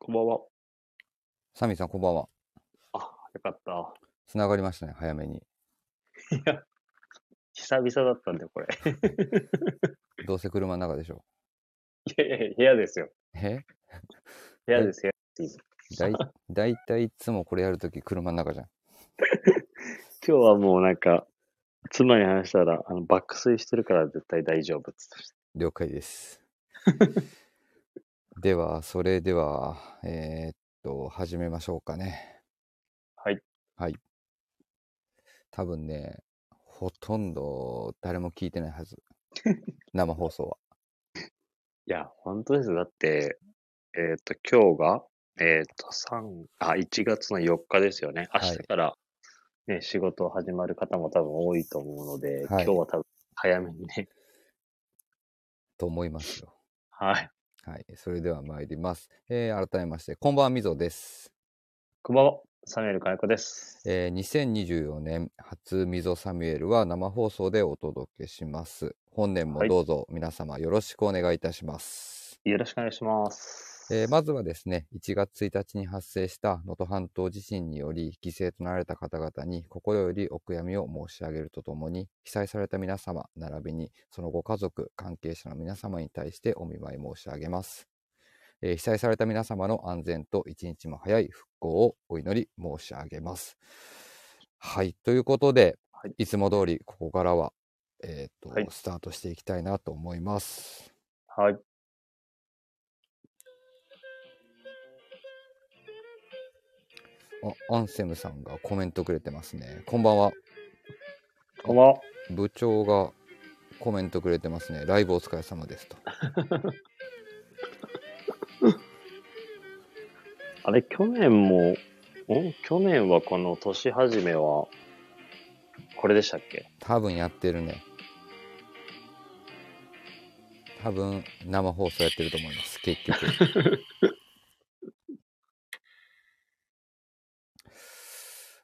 こんばんは。サミーさん、こんばんは。あ、よかった。つながりましたね、早めに。いや、久々だったんで、これ。 どうせ車の中でしょいやいや、部屋ですよ。 う。え部屋です、部屋です。だいだいたいいつもこれやるとき車の中じゃん。今日はもうなんか、妻に話したら、あの爆睡してるから絶対大丈夫っつってまし了 解です。では、それでは、えーっと、始めましょうかね。はい。はい。多分ね、ほとんど誰も聞いてない はず。生放送は。た。いや、本当ですよ。だって、えっ、と、今日が、えっ、と、3、あ、1月の4日ですよね。明はい日から、ね、仕事始まる方も多分多いと思うので、はい今日は多分早めにね。と思いますよ。はい。はい。それでは参ります。えー改めまして、こんばんは、みぞです。こんばんは。サミュエル金子です。えー2024年初溝サミュエルは生放送でお届けします。本年もはいどうぞ皆様よろしくお願いいたします。よろしくお願いします。えーまずはですね、1月1日に発生した能登半島地震により犠牲となられた方々に心よりお悔やみを申し上げるとともに、被災された皆様、並びにそのご家族、関係者の皆様に対してお見舞い申し上げます。えー被災された皆様の安全と一日も早い復興をお祈り申し上げます。はい、ということで、はいい、つも通りここからは、えーとはいスタートしていきたいなと思います。はい。あアンセムさんがコメントくれてますね。こんばんは。こんばんは。部長がコメントくれてますね。ライブお疲れ様ですと。あれ、去年も、ん去年はこの年始めは、これでしたっけ多分やってるね。多分生放送やってると思います。結局。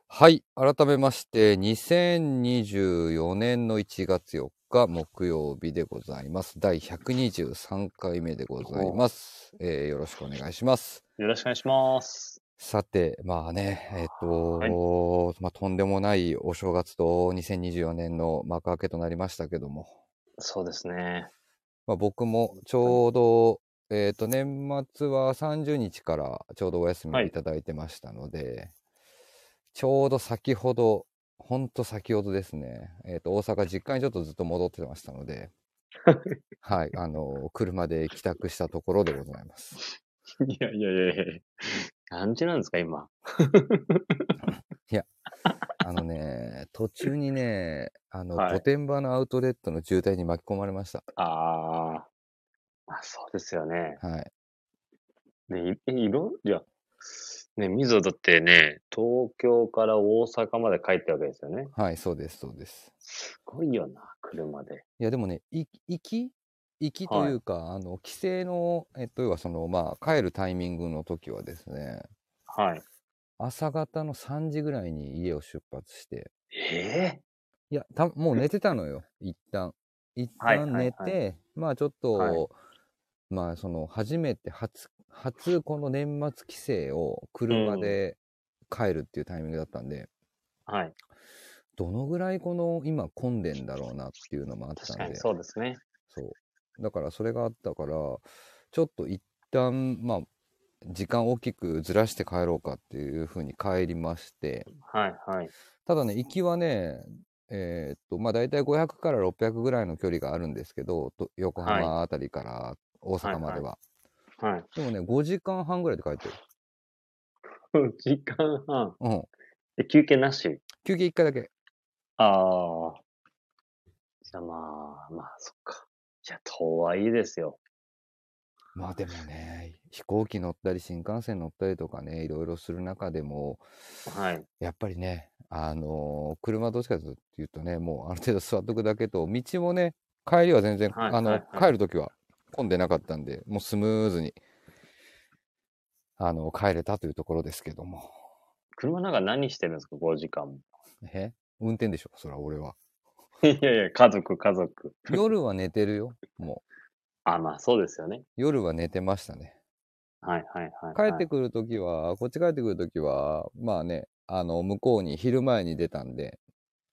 はい。改めまして、2024年の1月4日木曜日でございます。第123回目でございます。えーよろしくお願いします。よろしくお願いします。さて、まあね、えっ、はいと、まあ、とんでもないお正月と2024年の幕開けとなりましたけども、そうですね。まあ、僕もちょうど、えっ、と、年末は30日からちょうどお休みをはいいただいてましたので、ちょうど先ほど、ほんと先ほどですね、えっ、と、大阪実家にちょっとずっと戻ってましたので、 はい、あの、車で帰宅したところでございます。いやいやいやいや何時なんですか、今。あのね、途中にね、あの、はい御殿場のアウトレットの渋滞に巻き込まれました。あー。まあ、そうですよね。はい。ね、いいろん、いや、ね、みぞだってね、東京から大阪まで帰ったわけですよね。はい、そうです、そうです。すごいよな、車で。いや、でもね、い行き行きはいというか、あの、帰省の、えっと、要はその、まあ、帰るタイミングの時はですね、はい。朝方の3時ぐらいに家を出発して、ええいや、たもう寝てたのよ、一旦。一はい旦寝て、はいまあちょっと、はいまあその、初めて初、初この年末帰省を車で帰るっていうタイミングだったんで、はい。どのぐらいこの今混んでんだろうなっていうのもあった確んかでにそうですね。そうだからそれがあったからちょっと一旦まあ時間大きくずらして帰ろうかっていうふうに帰りましてはい、はい。ただね行きはねえーっとまあ大体500から600ぐらいの距離があるんですけどと横浜あたりから大阪までは、はい。でもね5時間半ぐらいで帰ってる、 時間半。うん、え、休憩なし休憩1回だけああ。じゃあまあ、まあ、そっか。いや、とはいいですよ。まあでもね飛行機乗ったり新幹線乗ったりとかねいろいろする中でもはい。やっぱりね、あのー車どっちかというとね、もうある程度座っとくだけと、道もね、帰りは全然、はいあの、はいはい帰るときは混んでなかったんで、もうスムーズに、あの、帰れたというところですけども。車の中何してるんですか、5時間も。 え運転でしょ、そら俺は。いやいや、家族、家族。 夜は寝てるよ、もう。あ、まあ、そうですよね。夜は寝てましたね。はいはいはい、はい。帰ってくるときは、こっち帰ってくるときは、まあね、あの、向こうに昼前に出たんで、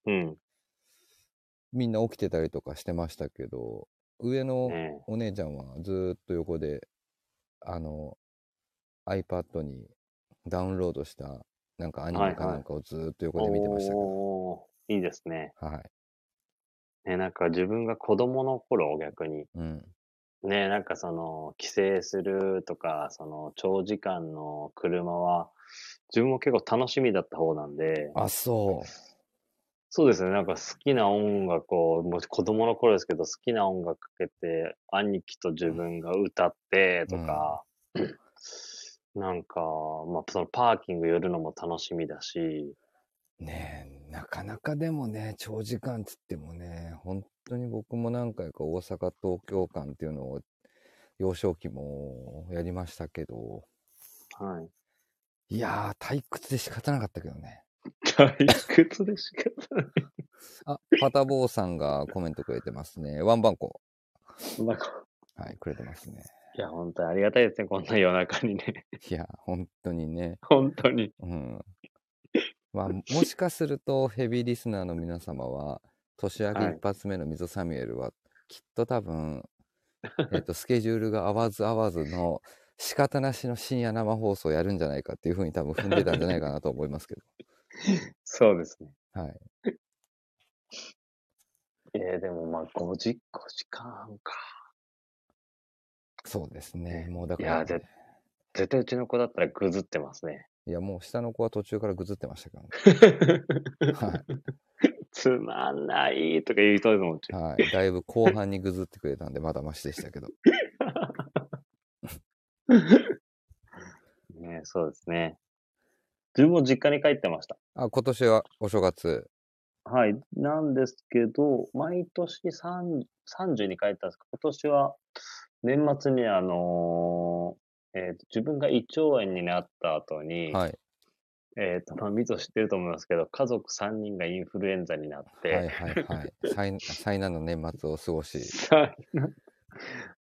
うん。みんな起きてたりとかしてましたけど、上のねお姉ちゃんはずーっと横で、あの、iPad にダウンロードした、なんかアニメかなんかをずーっと横で見てましたから。おーいいですね。はい。ね、なんか自分が子供の頃逆に、うん。ね、なんかその、帰省するとか、その、長時間の車は、自分も結構楽しみだった方なんで、あ、そう。そうですね、なんか好きな音楽を、もう子供の頃ですけど、好きな音楽かけて、兄貴と自分が歌ってとか、なんか、まあ、そのパーキング寄るのも楽しみだし、ねえ、なかなかでもね、長時間つってもね、本当に僕も何回か大阪、東京間っていうのを、幼少期もやりましたけど、はい。いやー、退屈で仕方なかったけどね。退屈でしかない。あ、パタボーさんがコメントくれてますね。ワンバンコ。なんかはい、くれてますね。いや、本当にありがたいですね、こんな夜中にね。いや、本当にね。本当に。 うん。まあ、もしかすると、ヘビーリスナーの皆様は、年明けはい一発目の溝サミュエルは、きっと多 分、えっと、スケジュールが合わず合わずの、仕方なしの深夜生放送やるんじゃないかっていうふうに多分踏んでたんじゃないかなと思いますけそうですね。ど。はい。えー、でもまあ、5時、5時間か。 そうですね。もうだいかやら、ー、ぜ絶対うちの子だったらぐずってます ね。いや、もう下の子は途中からぐずってましたけどね。はつまんないとか言いそうですもん、うちい。 はい。だいぶ後半にぐずってくれたんで、まだマシでしたけど。ね、そうですね。自分も実家に帰ってました。あ、今年はお正月。はい。なんですけど、毎年3 30に帰ったんですけど、今年は年末にあのーえーと自分が胃腸炎になった後に、はい。えっ、と、まあ、みぞ知ってると思いますけど、家族3人がインフルエンザになっはて、いはいはい。 災災難の年末を過ごし。さな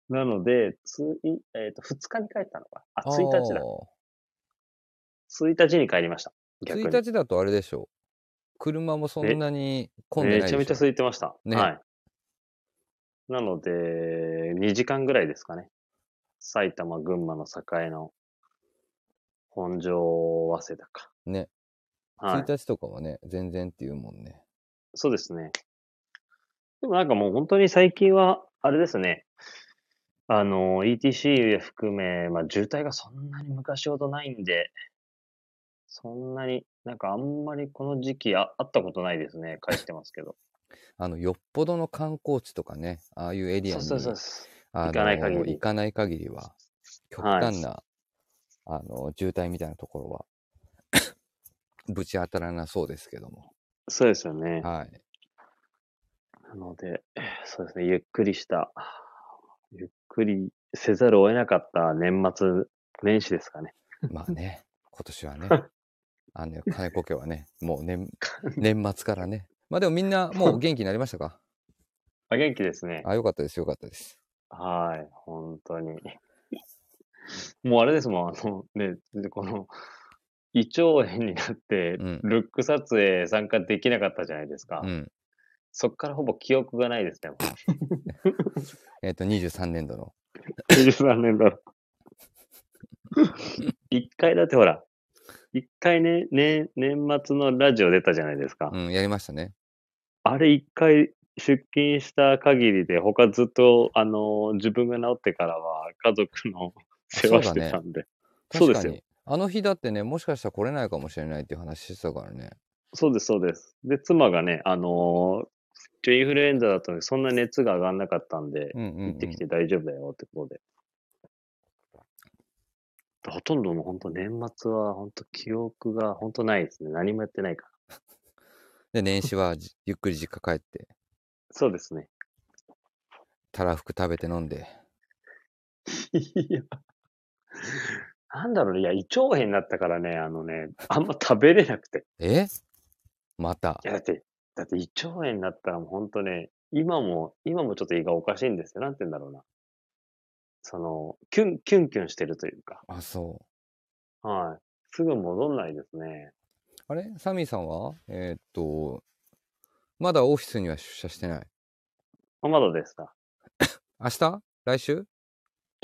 なので、つい、えっ、と、2日に帰ったのか。あ、1日だ。あ1日に帰りました。ー逆に。 1日だとあれでしょ。車もそんなに混んでめないでちしゃょ。めちゃ空いてました。ねはい。なので、2時間ぐらいですかね。埼玉、群馬の境の本庄早稲田か。ね。はい。 1日とかはね、全然っていうもんね。そうですね。でもなんかもう本当に最近は、あれですね。あの、ETC 含め、まあ渋滞がそんなに昔ほどないんで、そんなに、なんかあんまりこの時期あ、会ったことないですね。帰ってますけど。あの、よっぽどの観光地とかね、ああいうエリそアうにそうそうそう。あの行かない限り行かない限りは、極端な、あの、渋滞みたいなところは、 ぶち当たらなそうですけども。そうですよね。はい。なので、そうですね、ゆっくりした、ゆっくりせざるを得なかった年末年始ですかね。ま あね、今年はね、あの、金子家はね、もう 年、年末からね。まあでもみんなもう元気になりましたかあ元気ですね。あ、よかったです、よかったです。はい、本当に。もうあれですもん、あの、ね、この、胃腸炎になってうん、ルック撮影参加できなかったじゃないですか。うん。そっからほぼ記憶がないですね。もうえっ、と、23年度の。 23年だろ。一回だってほら、一回ね、ね、年末のラジオ出たじゃないですか。うん、やりましたね。あれ一回出勤した限りで、他ずっと、あの、自分が治ってからは家族の 世話してたんで。そう確でかすよ。に。あの日だってね、もしかしたら来れないかもしれないっていう話してたからね。そうです、そうです。で、妻がね、あの、一応インフルエンザだったので、そんな熱が上がんなかったんで、うんうん、うん。行ってきて大丈夫だよってことで。ほとんどもう本当年末は本当記憶が本当ないですね。何もやってないから。で、年始 はじゆっくり実家帰って、そうですね。たらふく食べて飲んで。いや。なんだろうね。いや、胃腸炎になったからね、あのね、あんま食べれなくて。えまたい。や、だって、だって胃腸炎になったらもうほんとね、今も、今もちょっと胃がおかしいんですよ。なんて言うんだろうな。その、キュン、キュンキュンしてるというか、あ、そう。はい。すぐ戻んないですね。あれサミーさんはえーっと、まだオフィスには出社してない。あまだですか。明日来週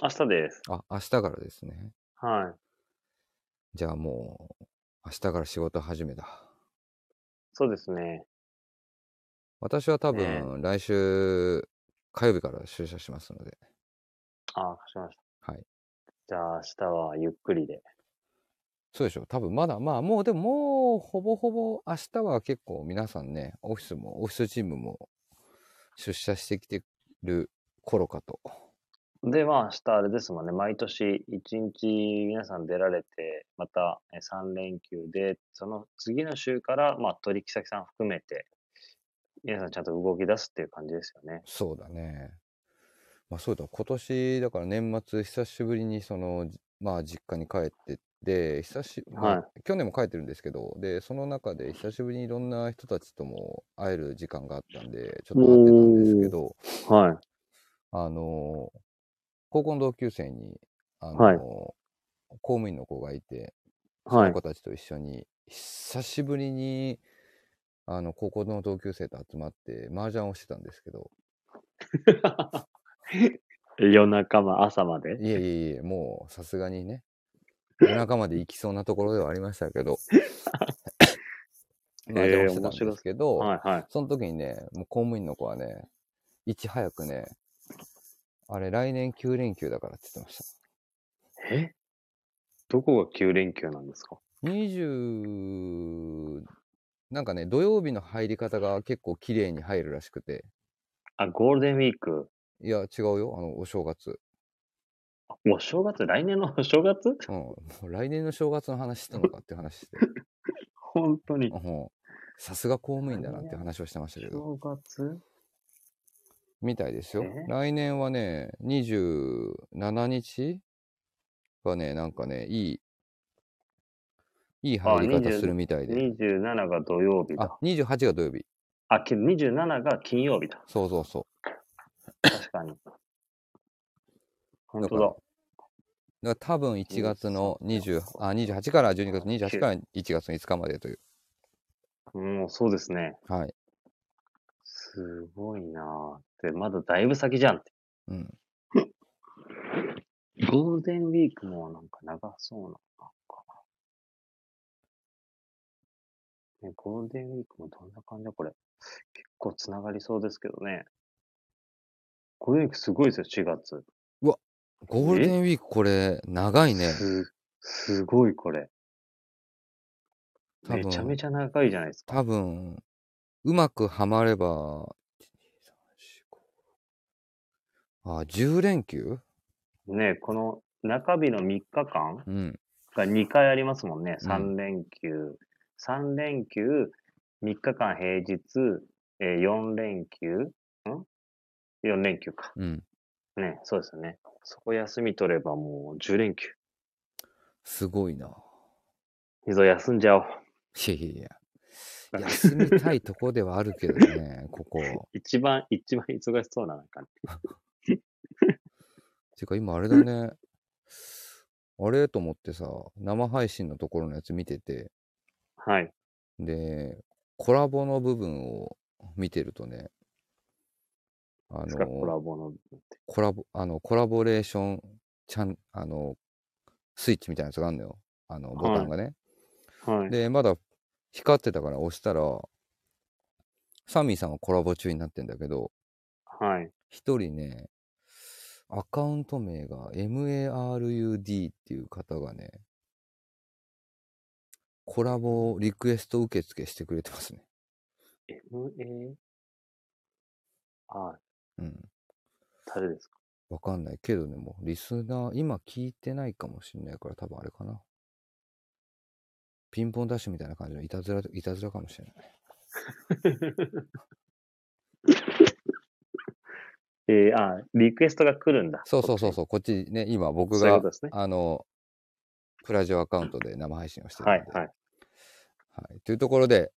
明日です。あ、明日からですね。はい。じゃあもう、明日から仕事始めだ。そうですね。私は多ね分、来週、火曜日から出社しますので。ああ、わかりました。はい。じゃあ、明日はゆっくりで。そうでしょ多分まだ、まあもう、でももう、ほぼほぼ明日は結構皆さんね、オフィスも、オフィスチームも出社してきてる頃かと。で、まあ、明日あれですもんね。毎年一日皆さん出られて、また3連休で、その次の週から、まあ、取引先さん含めて、皆さんちゃんと動き出すっていう感じですよね。そうだね。まあそうだ、今年、だから年末、久しぶりに、その、じまあ実家に帰ってって、久し、まあは去年も帰ってるんですけど、で、その中で久しぶりにいろんな人たちとも会える時間があったんで、ちょっと会ってたんですけど、はい。あのー、高校の同級生に、あのー、はい公務員の子がいて、そはのい。子たちと一緒に、久しぶりに、あの、高校の同級生と集まって、麻雀をしてたんですけど、 夜中ま、朝まで。いえいえいえ、もうさすがに ね、夜中まで行きそうなところではありましたけど、まあ、えーしてたんですけど、はいはい。その時にね、もう公務員の子はね、いち早くね、あれ、来年9連休だからって言ってました。えどこが9連休なんですか20、なんかね、土曜日の入り方が結構綺麗に入るらしくて、あ、ゴールデンウィーク。いや、違うよ、あの、お正月。あお正月来年のお 正月うん、もう来年の正月の話したのかって話 して、本当にう。んさすが公務員だなって話をしてましたけど。正月みたいですよえ。来年はね、27日がね、なんかね、いい、いい入りあ方20するみたいで。 ?27 が土曜日だあ。、28が土曜日。あ、けど27が金曜日だ。 そうそうそ確かに。う。本当だ。だから多分1月の20、あ、28から12月、28から1月の5日までという。うん、そうですね。はい。すごいなぁ。で、まだだいぶ先じゃんって。うん。ゴールデンウィークもなんか長そうな。なんかね、ゴールデンウィークもどんな感じだこれ。結構つながりそうですけどね。ゴールデンウィークすごいですよ、4月。ゴールデンウィークこれ、長いね。す、すごいこれ。多めちゃめ分、ちゃ長いじゃないですか。多分、うまくはまれば、あ、10連休ね、この中日の3日間うん。が2回ありますもんね。うん3連休。3連休、3日間平日、えー、4連休、ん ?4 連休か。うん。ね、そうですよね。そこ休み取ればもう10連休。すごいな。いぞ休んじゃおう。いやいやいや。休みたいとこではあるけど ね、ここ。一番、一番忙しそうな中に。てか今あれだね。あれと思ってさ、生配信のところのやつ見てて、はい。で、コラボの部分を見てるとね、あですかコの、ラボの。コラボ、あの、コラボレーション、ちゃん、あの、スイッチみたいなやつがあるのよ。あの、ボタンがね。はい。で、まだ光ってたから押したら、サミーさんはコラボ中になってんだけど、はい。一人ね、アカウント名が MARUD っていう方がね、コラボリクエスト受付してくれてますね。 MA? あ、うん。誰ですかわかんないけどね、もうリスナー、今聞いてないかもしんないから多分あれかな。ピンポンダッシュみたいな感じのいたずら、いたずらかもしれない。えー、あ、リクエストが来るんだ。そうそうそうそう、こっちね、今僕そういうがことですね。あの、プラジオアカウントで生配信をしてるはのいで。、はい。はい。というところで、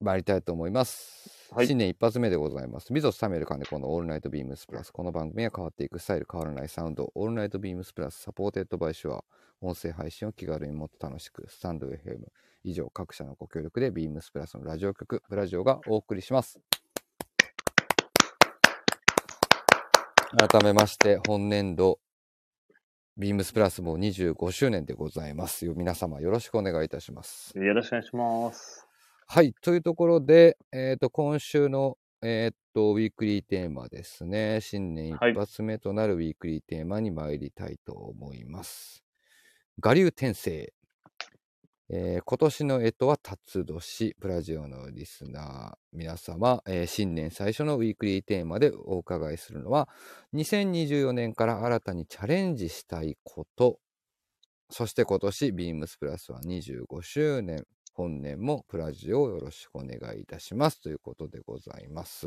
参りたいと思いまはす。い新年一発目でございます。水落冷める金子のオールナイトビームスプラス。この番組は変わっていくスタイル変わらないサウンド。オールナイトビームスプラスサポーテッドバイシュア。音声配信を気軽にもっと楽しく。スタンド FM。以上、各社のご協力でビームスプラスのラジオ局、ブラジオがお送りします。改めまして、本年度、ビームスプラスも25周年でございます。皆様よろしくお願いいたします。よろしくお願いします。はい、というところで、えー、と今週の、えー、とウィークリーテーマですね、新年はい一発目となるウィークリーテーマに参りたいと思います。我流転生、えー今年の干支は辰年、ブラジオのリスナー、皆様、えー新年最初のウィークリーテーマでお伺いするのは、2024年から新たにチャレンジしたいこと、そして今年、ビームスプラスは25周年、本年もプラジオをよろしくお願いいたしますということでございます。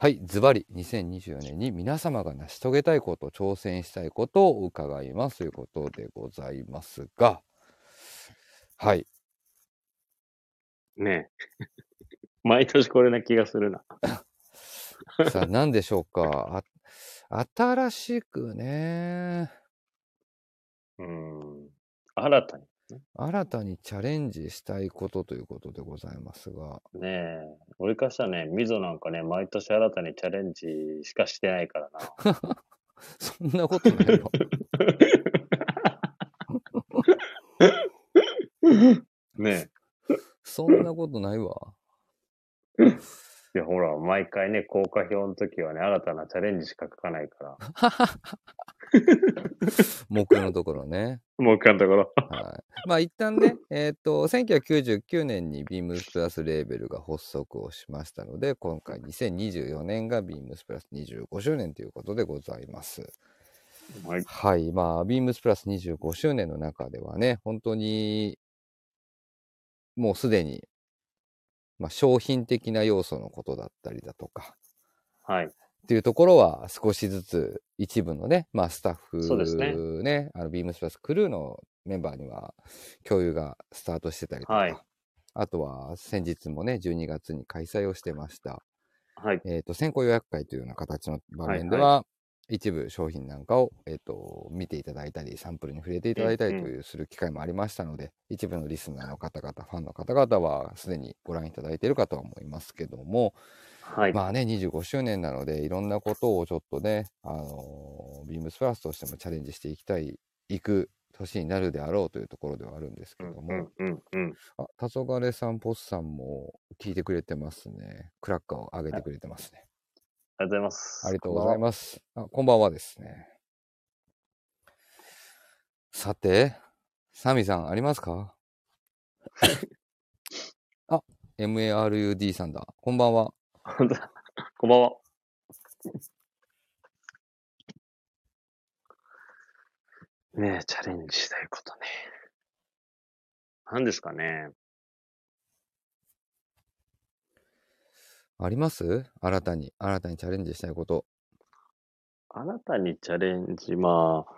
はい、ズバリ2024年に皆様が成し遂げたいこと、挑戦したいことを伺いますということでございますが、はい、ねえ 毎年これな気がするな。さあ何でしょうか。あ新しくね、うーん。新たに新たにチャレンジしたいことということでございますが、ねえ、俺からしたらね、みぞなんかね、毎年新たにチャレンジしかしてないから な。そんなことないわ。ねそんなことないわ。え。いや、ほら、毎回ね、効果表の時はね、新たなチャレンジしか書かない から。目標のところね。もう一回のとこ ろ。はい、まあ一旦ね、えっと1999年にビームスプラスレーベルが発足をしましたので今回2024年がビームスプラス25周年ということでございます。はい。はい、まあ、ビームスプラス25周年の中ではね、本当に、もうすでに、まあ、商品的な要素のことだったりだとか、はい。っていうところは少しずつ一部のね、まあ、スタッフそうですねあのビームスプラスクルーのメンバーには共有がスタートしてたりとか、はいあとは先日もね12月に開催をしてました、はい。えー、と先行予約会というような形の場面ではは、一部商品なんかを、えー、と見ていただいたりサンプルに触れていただいたりというする機会もありましたので、一部のリスナーの方々ファンの方々はすでにご覧いただいているかとは思いますけども、はい。まあね、25周年なので、いろんなことをちょっとね、あのービームスプラスとしてもチャレンジしていきたい、いく年になるであろうというところではあるんですけうどんも、うんうんうん。あ、黄昏さん、ポスさんも聞いてくれてますね。クラッカーを上げてくれてますね。ありがとうございます。ありがとうございます。あ、こんばんはですね。さて、サミさん、ありま すかあ、MARUD さんだ。こんばんは。こんばんは。こんばんは。ねえ、チャレンジしたいことね。何ですかね。あります新たに、新たにチャレンジしたいこと。新たにチャレンジ、まあ、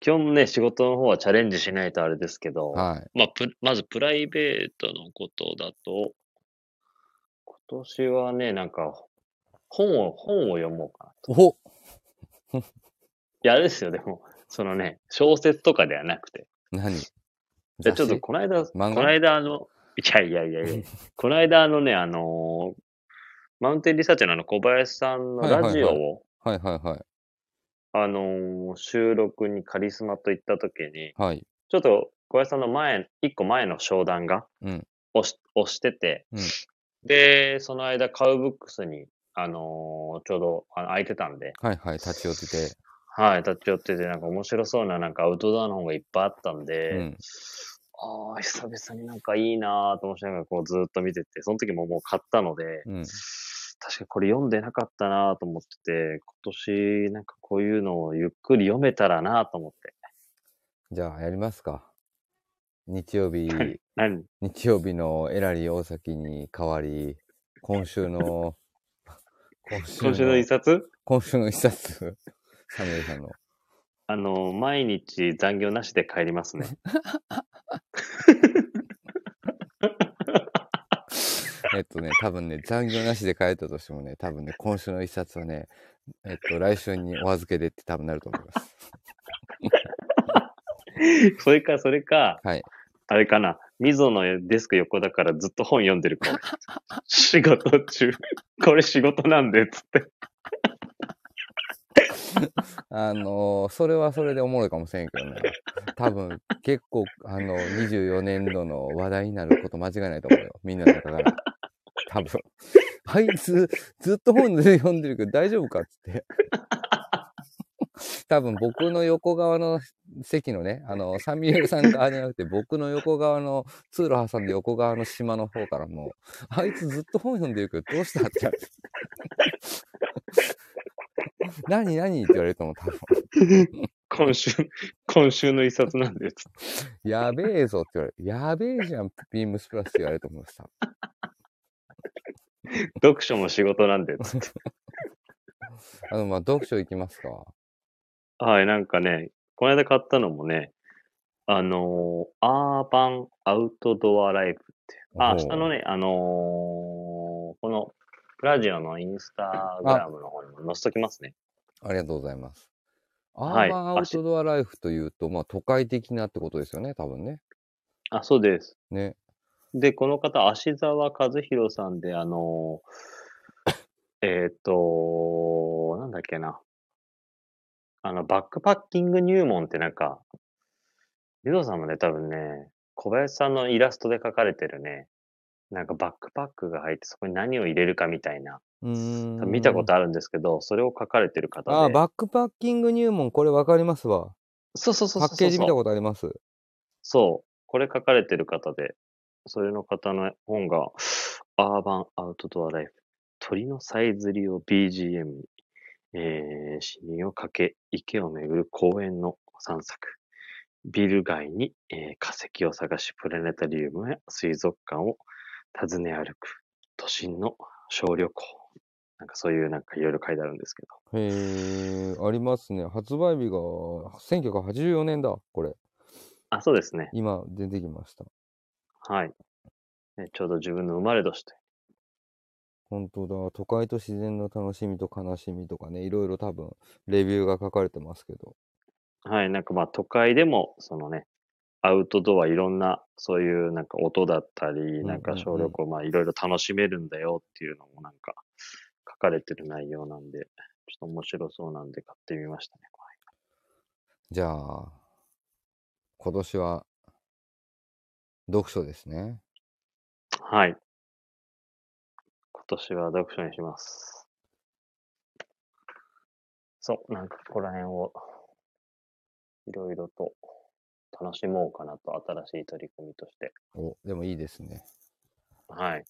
基本ね、仕事の方はチャレンジしないとあれですけど、はい。まあ、プまずプライベートのことだと、今年はね、なんか、本を、本を読もうかな。おいや、あれですよ、でも、そのね、小説とかではなくて、何いや、ちょっ雑と誌この間、こ漫画の間あの、いやいやいやいや、この間あのね、あのーマウンテンリサーチのあの小林さんのはいラはいはいジオを、はいはいはい。あのー収録にカリスマと行った時に、はい。ちょっと小林さんの前、一個前の商談が、うんをしをしてて、うんで、その間カウブックスに、あのーちょうどあの空いてたんで、はいはい。立ち寄ってて。はい、立ち寄ってて、なんか面白そうな、なんかアウトドアの方がいっぱいあったんで、うんああ、久々になんかいいなーと思いながら、こうずーっと見てて、その時ももう買ったので、うん。確かにこれ読んでなかったなーと思ってて、今年なんかこういうのをゆっくり読めたらなーと思って。じゃあ、やりますか。日曜日、何日曜日のエラリー大崎に代わり、今週の、 今今週の一冊今週の一冊、 サミュエルさんの。あの、毎日残業なしで帰ります ね。えっとね、多分ね、残業なしで帰ったとしてもね、多分ね、今週の一冊はね、えっと、来週にお預けでって多分なると思います。それか、それか、はい。あれかな。ミゾのデスク横だからずっと本読んでる子。仕事中。これ仕事なんで、つって。あのーそれはそれでおもろいかもしれんけどね。多分、結構、あの、24年度の話題になること間違いないと思うよ。みんなの中から。多分。あいつ、ずっと本で読んでるけど大丈夫かっつって。多分僕の横側の席のね、あの、サミュエルさん側じゃなくて、僕の横側の通路挟んで横側の島の方からもう、あいつずっと本読んでるけどどうしたって言われて。何何って言われると思う、多分。今週、今週の一冊なんで、つって。やべえぞって言われる。やべえじゃん、ビームスプラスって言われると思うしさ。読書も仕事なんで、つって。あの、まあ、読書行きますか。はい、なんかね、この間買ったのもね、あのーアーバンアウトドアライフって。あ、おう明日の。ね、あのーこの、ラジオのインスタグラムの方にも載せときますね。ありがとうございます。アはいーバンアウトドアライフというと、まあ、都会的なってことですよね、多分ね。あ、そうです。ね。で、この方、芦沢和弘さんで、あ のーえっと、なんだっけな。あの、バックパッキング入門ってなんか、ゆどさんもね、多分ね、小林さんのイラストで描かれてるね、なんかバックパックが入ってそこに何を入れるかみたいな、うーん。見たことああるんですけど、それを描かれてる方で。あー、バックパッキング入門、これわかりますわ。そうそうそうそうそう。パッケージ見たことあります。そう。これ書かれてる方で、それの方の本が、アーバンアウトドアライフ。鳥のさえずりを BGM に、えー、死にをかけ、池を巡る公園の散策。ビル街に、えー化石を探し、プラネタリウムや水族館を訪ね歩く。都心の小旅行。なんかそういうなんかいろいろ書いてあるんですけど。へえ、ありますね。発売日が1984年だ、これ。あ、そうですね。今、出てきました。はい。ねちょうど自分の生まれ年と本当だ。都会と自然の楽しみと悲しみとかね、いろいろ多分、レビューが書かれてますけど。はい、なんかまあ都会でも、そのね、アウトドアいろんな、そういうなんか音だったり、んなんうかん小旅行、まあいろいろ楽しめるんだよっていうのもなんか書かれてる内容なんで、ちょっと面白そうなんで買ってみましたね。こじゃあ、今年は、読書ですね。れはい。今年は読書にします。そう、なんかここら辺をいろいろと楽しもうかなと、新しい取り組みとして。お、でもいいですね。はい。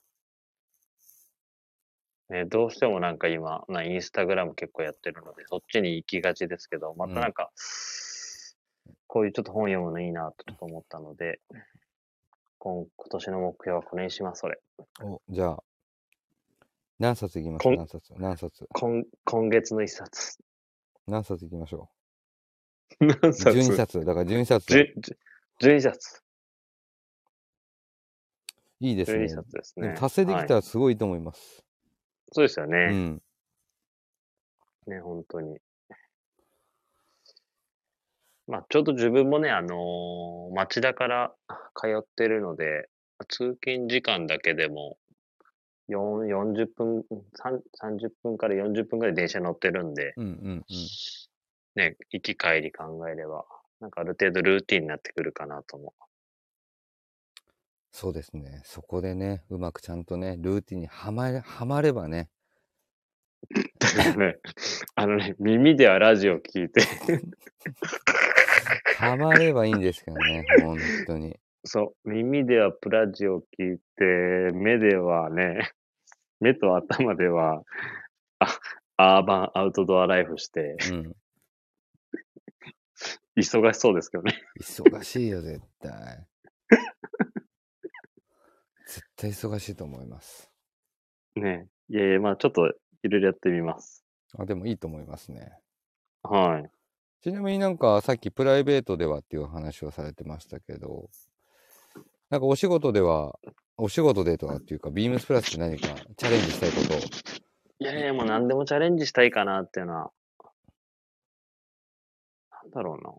ね、どうしてもなんか今、まあ、インスタグラム結構やってるので、そっちに行きがちですけど、またなんか、こういうちょっと本読むのいいなとちょっと思ったので、今今年の目標はこれにします、それ。お、じゃあ、何冊いきますこん何冊何冊今今月の一冊。 何冊いきましょ何う冊 ?12 冊。だから12冊。じゅじゅ12冊。いいですね12。冊ですでねも。達成ではきいたらすごいと思います。そうですようね。ん。ね、本当に。 まあ、ちょうど自分もね、あのー町田から通ってるので、通勤時間だけでも、よん40分、さん30分から40分ぐらい電車乗ってるんで、うんうんね、行き帰り考えれば、なんかある程度ルーティンになってくるかなとも。そうですね。そこでね、うまくちゃんとね、ルーティンにはまれはまればね、だから ね、あのね、耳ではラジオ聞いて、はまればいいんですけどね、本当に。そう、耳ではプラジオ聞いて、目ではね、 目と頭では、あアーバンアウトドアライフして、うん。忙しそうですけどね。忙しいよ、絶対。 絶対忙しいと思います。ねえ。いやいや、まあちょっと、いろいろやってみます。あ、でもいいと思いますね。はい。ちなみになんかさっきプライベートではっていう話をされてましたけど、なんかお仕事ではお仕事でとかっていうか、ビームスプラスで何かチャレンジしたいことをいやいや、もう何でもチャレンジしたいかなっていうのは、なんだろうな。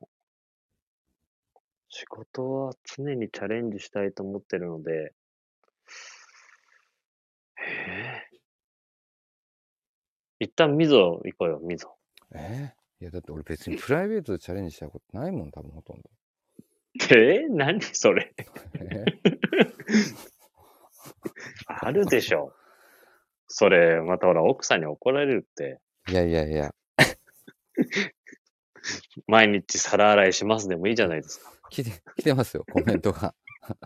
仕事は常にチャレンジしたいと思ってるので、ええ一旦溝行こうよ、溝。 えーいやだって俺別にプライベートでチャレンジしたことないもん多分ほとんど。えー何それえあるでしょ。それ、またほら、奥さんに怒られるって、いやいやいや毎日皿洗いしますでもいいじゃないですか。来て来てますよコメントが。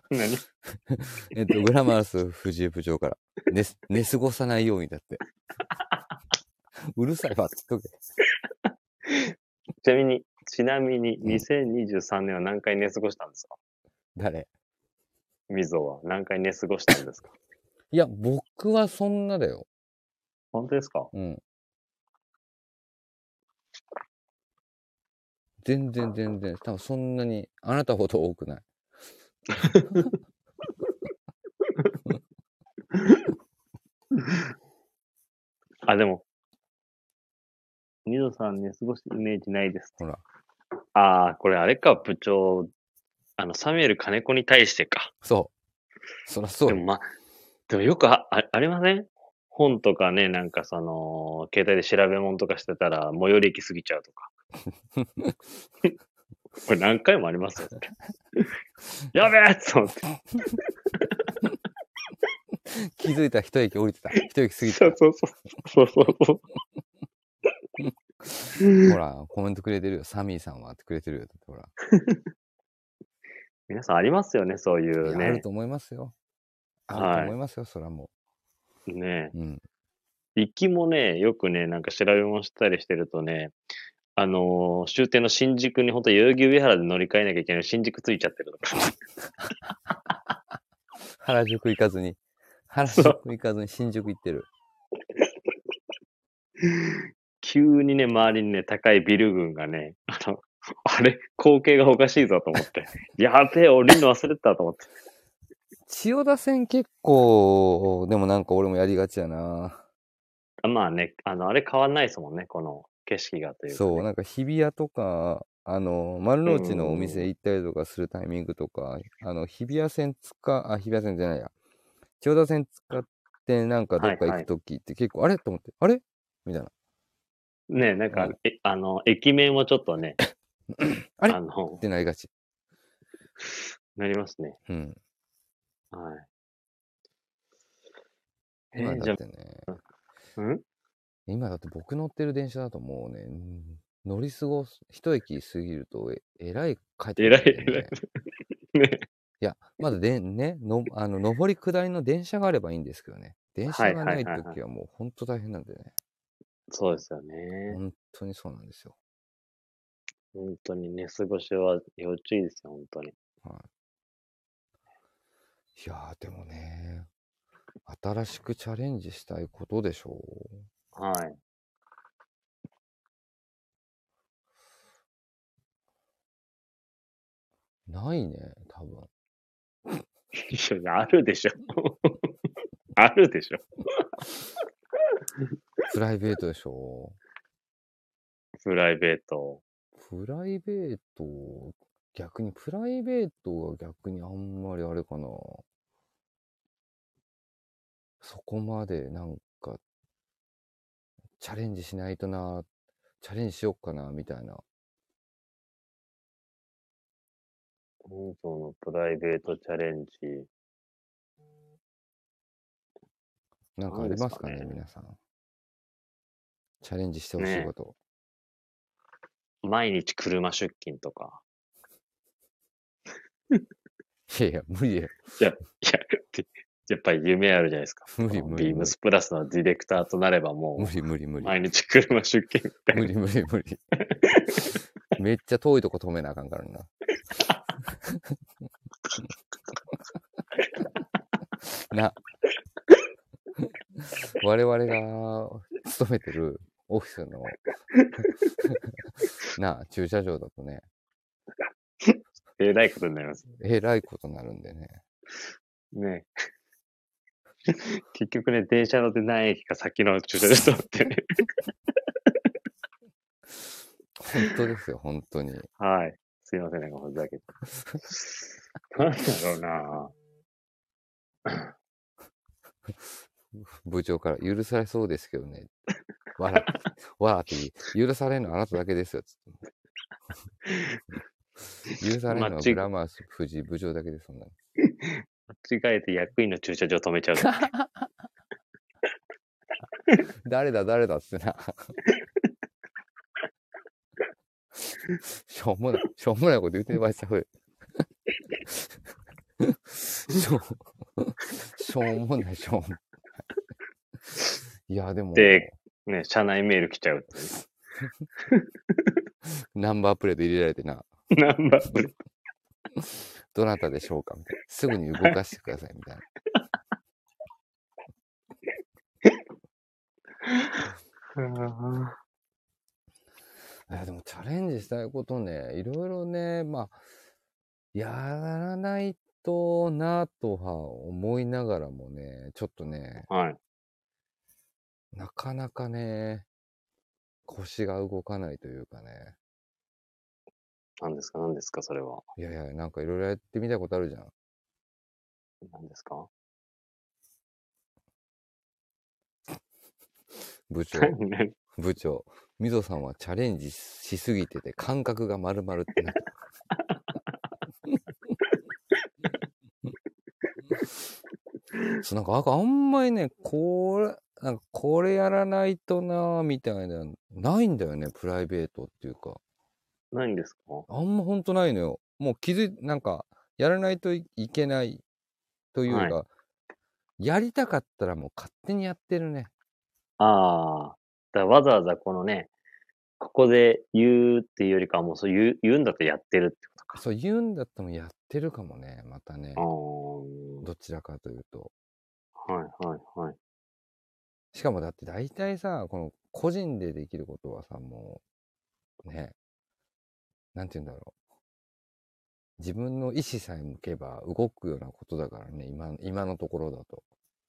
何えっとグラマラス藤井部長 から寝す寝過ごさないようにだって。 うるさいわって言っとけ。ちなみに、ちなみに、うん2023年は何回寝過ごしたんですか誰みぞは何回寝過ごしたんですか いや僕はそんなだよ。本当ですかうん。全然全然多分そんなにあなたほど多くない。あ、でも、みぞさん寝過ごすイメージないです。ほら。ああ、これあれか、部長。あの、サミュエル金子に対してか。そう。そらそうでよもまあ、でもよくああありません本とかね、なんかその、携帯で調べ物とかしてたら、最寄り駅過ぎちゃう とか。これ何回もありますよ。それやべえと思って。気づいたら一駅降りてた。 一駅過ぎてそうそうそう。そうそうそう。ほら、コメントくれてるよ。サミーさんはってくれてるよ。ほら。皆さんありますよね、そういいうやあるね。と思いますよ。はいあると思いますよ、そらもねう。うん。行きもね、よくね、なんか調べ物したりしてるとね、あのー終点の新宿に本当代々木上原で乗り換えなきゃいけない新宿ついちゃってるとか。 原宿行かずに、原宿行かずに新宿行ってる。急にね、周りにね、高いビル群がね、あの、あれ、光景がおかしいぞと思って。 やべえ、降りるの忘れてたと思って。千代田線結構、でもなんか俺もやりがちやな。あまあね、あの、あれ変わんないですもんね、この景色がというかね、そう、なんか日比谷とか、あの、丸の内のお店行ったりとかするタイミングとか、あの、日比谷線使、あ、日比谷線じゃないや。千代田線使ってなんかどっか行くときって結構、あれと思って、あれみたいな。ね、なんか、うんえあの、駅名もちょっとね、あれのっ、てなりがち。なりますね。うん。はい。えー今じだゃってね、あ、ん今だって僕乗ってる電車だともうね、うん乗り過ごす、一駅過ぎるとえ、えらい帰ってくえるらんだい、よね、えらい。 ね。いや、まだでんね、の、あの、上り下りの電車があればいいんですけどね。電車がないはいはいはいはい時はもう本当大変なんでね。そうですよね。本当にそうなんですよ。本当に寝過ごしは要注意ですよ、本当に。いやー、でもね、新しくチャレンジしたいことでしょう。 はい。ないね、多分。いやあるでしょ。 あるでしょ。プライベートでしょう。プライベート。プライベート、逆に、プライベートは逆にあんまりあれかな。そこまでなんか、チャレンジしないとな、チャレンジしよっかな、みたいな。本当のプライベートチャレンジ。なんかなあんりですまかすかね、ね皆さん。チャレンジしてほしねいえこと。毎日車出勤とか。いやいや、無理だよ。いや、でやっぱり夢あるじゃないですか。無理この無ビ理ーム無理スプラスのディレクターとなれば無も理無理無う、理。毎日車出勤みたいな無理無理無理。めっちゃ遠いとこ止めなあかんからな。な。我々が勤めてるオフィスのなあ駐車場だとね、えらいことになります。えらいことになるんでね。ね。結局ね、電車乗って何駅か先の駐車場に止まってね。本当ですよ、本当に。はい。すいません、なんかふざけて。なんだろうな部長から許されそうですけどね。わら、わらって言う許されるのあなただけですよ。つって許されるのはグラマース藤井部長だけです、そんなの間違えて役員の駐車場止めちゃうとか。誰だ、誰だっつってな。 しょうもない、しょうもないこと言ってる場合ちゃうよ。しょう、しょうもない、しょうもない。いや、でも、でね、社内メール来ちゃうっていうナンバープレート入れられてな、ナンバープレートどなたでしょうかみたいな。すぐに動かしてください、みたいな。いやでもチャレンジしたいことね、いろいろね、まあ、やらないとなとは思いながらもね、ちょっとね、はい。なかなかね、腰が動かないというかね。何ですか何ですかそれは。いやいや、なんかいろいろやってみたいことあるじゃん。何ですか部長、何何部長。みぞさんはチャレンジしすぎてて感覚が丸々ってなった。そうなんかなんかあんまりね、これ、なんかこれやらないとなぁみたいな、ないんだよね、プライベートっていうか。何ですかあんまほんとないのよ。もう気づい、なんか、やらないといけないというか、はやりたかったらもう勝手にやってるね。ああ。だからわざわざこのね、ここで言うっていうよりかはもうそう言う言うんだとやってるってこそう言うんだったらもうやってるかもね、またね。とどちらかというと。か。ああ。はいはいはい。しかもだって大体さ、この個人でできることはさ、もう、ね、なんて言うんだろう。自分の意志さえ向けば動くようなことだからね、今、今のところだと。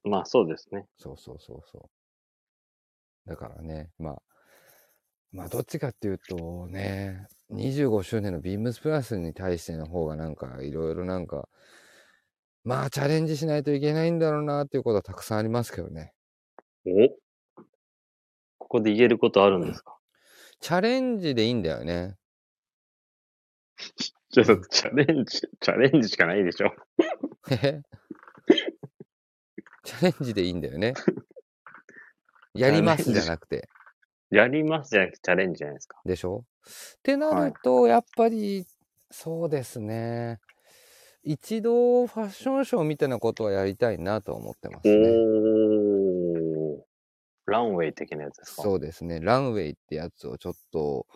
まあそうですね。そうそうそうそう。だからね、まあ、まあどっちかっていうとね、25周年のビームスプラスに対しての方がなんかいろいろなんか、まあチャレンジしないといけないんだろうなっていうことはたくさんありますけどね。おここで言えることあるんですかチャレンジでいいんだよね。 ちょっとチャレンジ、チャレンジしかないでしょ。へへチャレンジでいいんだよね。やりますじゃなくて。やりますじゃなくてチャレンジじゃないですか。でしょってなはるいと、やっぱり、そうですね。一度ファッションショーみたいなことはやりたいなとは思ってますね。おー。ランウェイ的なやつですかそうですね。ランウェイってやつをちょっと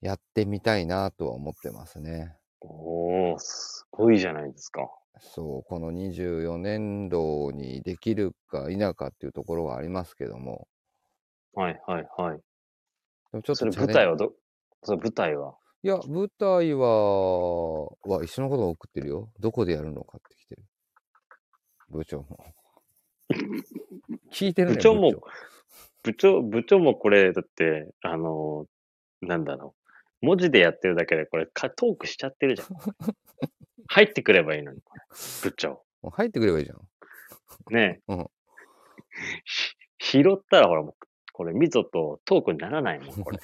やってみたいなとは思ってますね。おー、すごいじゃないですか。そう、この24年度にできるか否かっていうところはありますけども。はいはいはい。でもちょっそとれチャレン舞台はど、それ舞台は。いや、舞台は、は一緒のことを送ってるよ。どこでやるのかって来てる。部長も。聞いてるね部長も部長、部長もこれ、だって、あのー、なんだろう。文字でやってるだけで、これか、トークしちゃって るじゃん。入ってくればいいのに、部長。もう入ってくればいいじゃん。ねえ。うんひ拾ったら、ほら、もう、これ、みぞとトークにならないも ん、これ。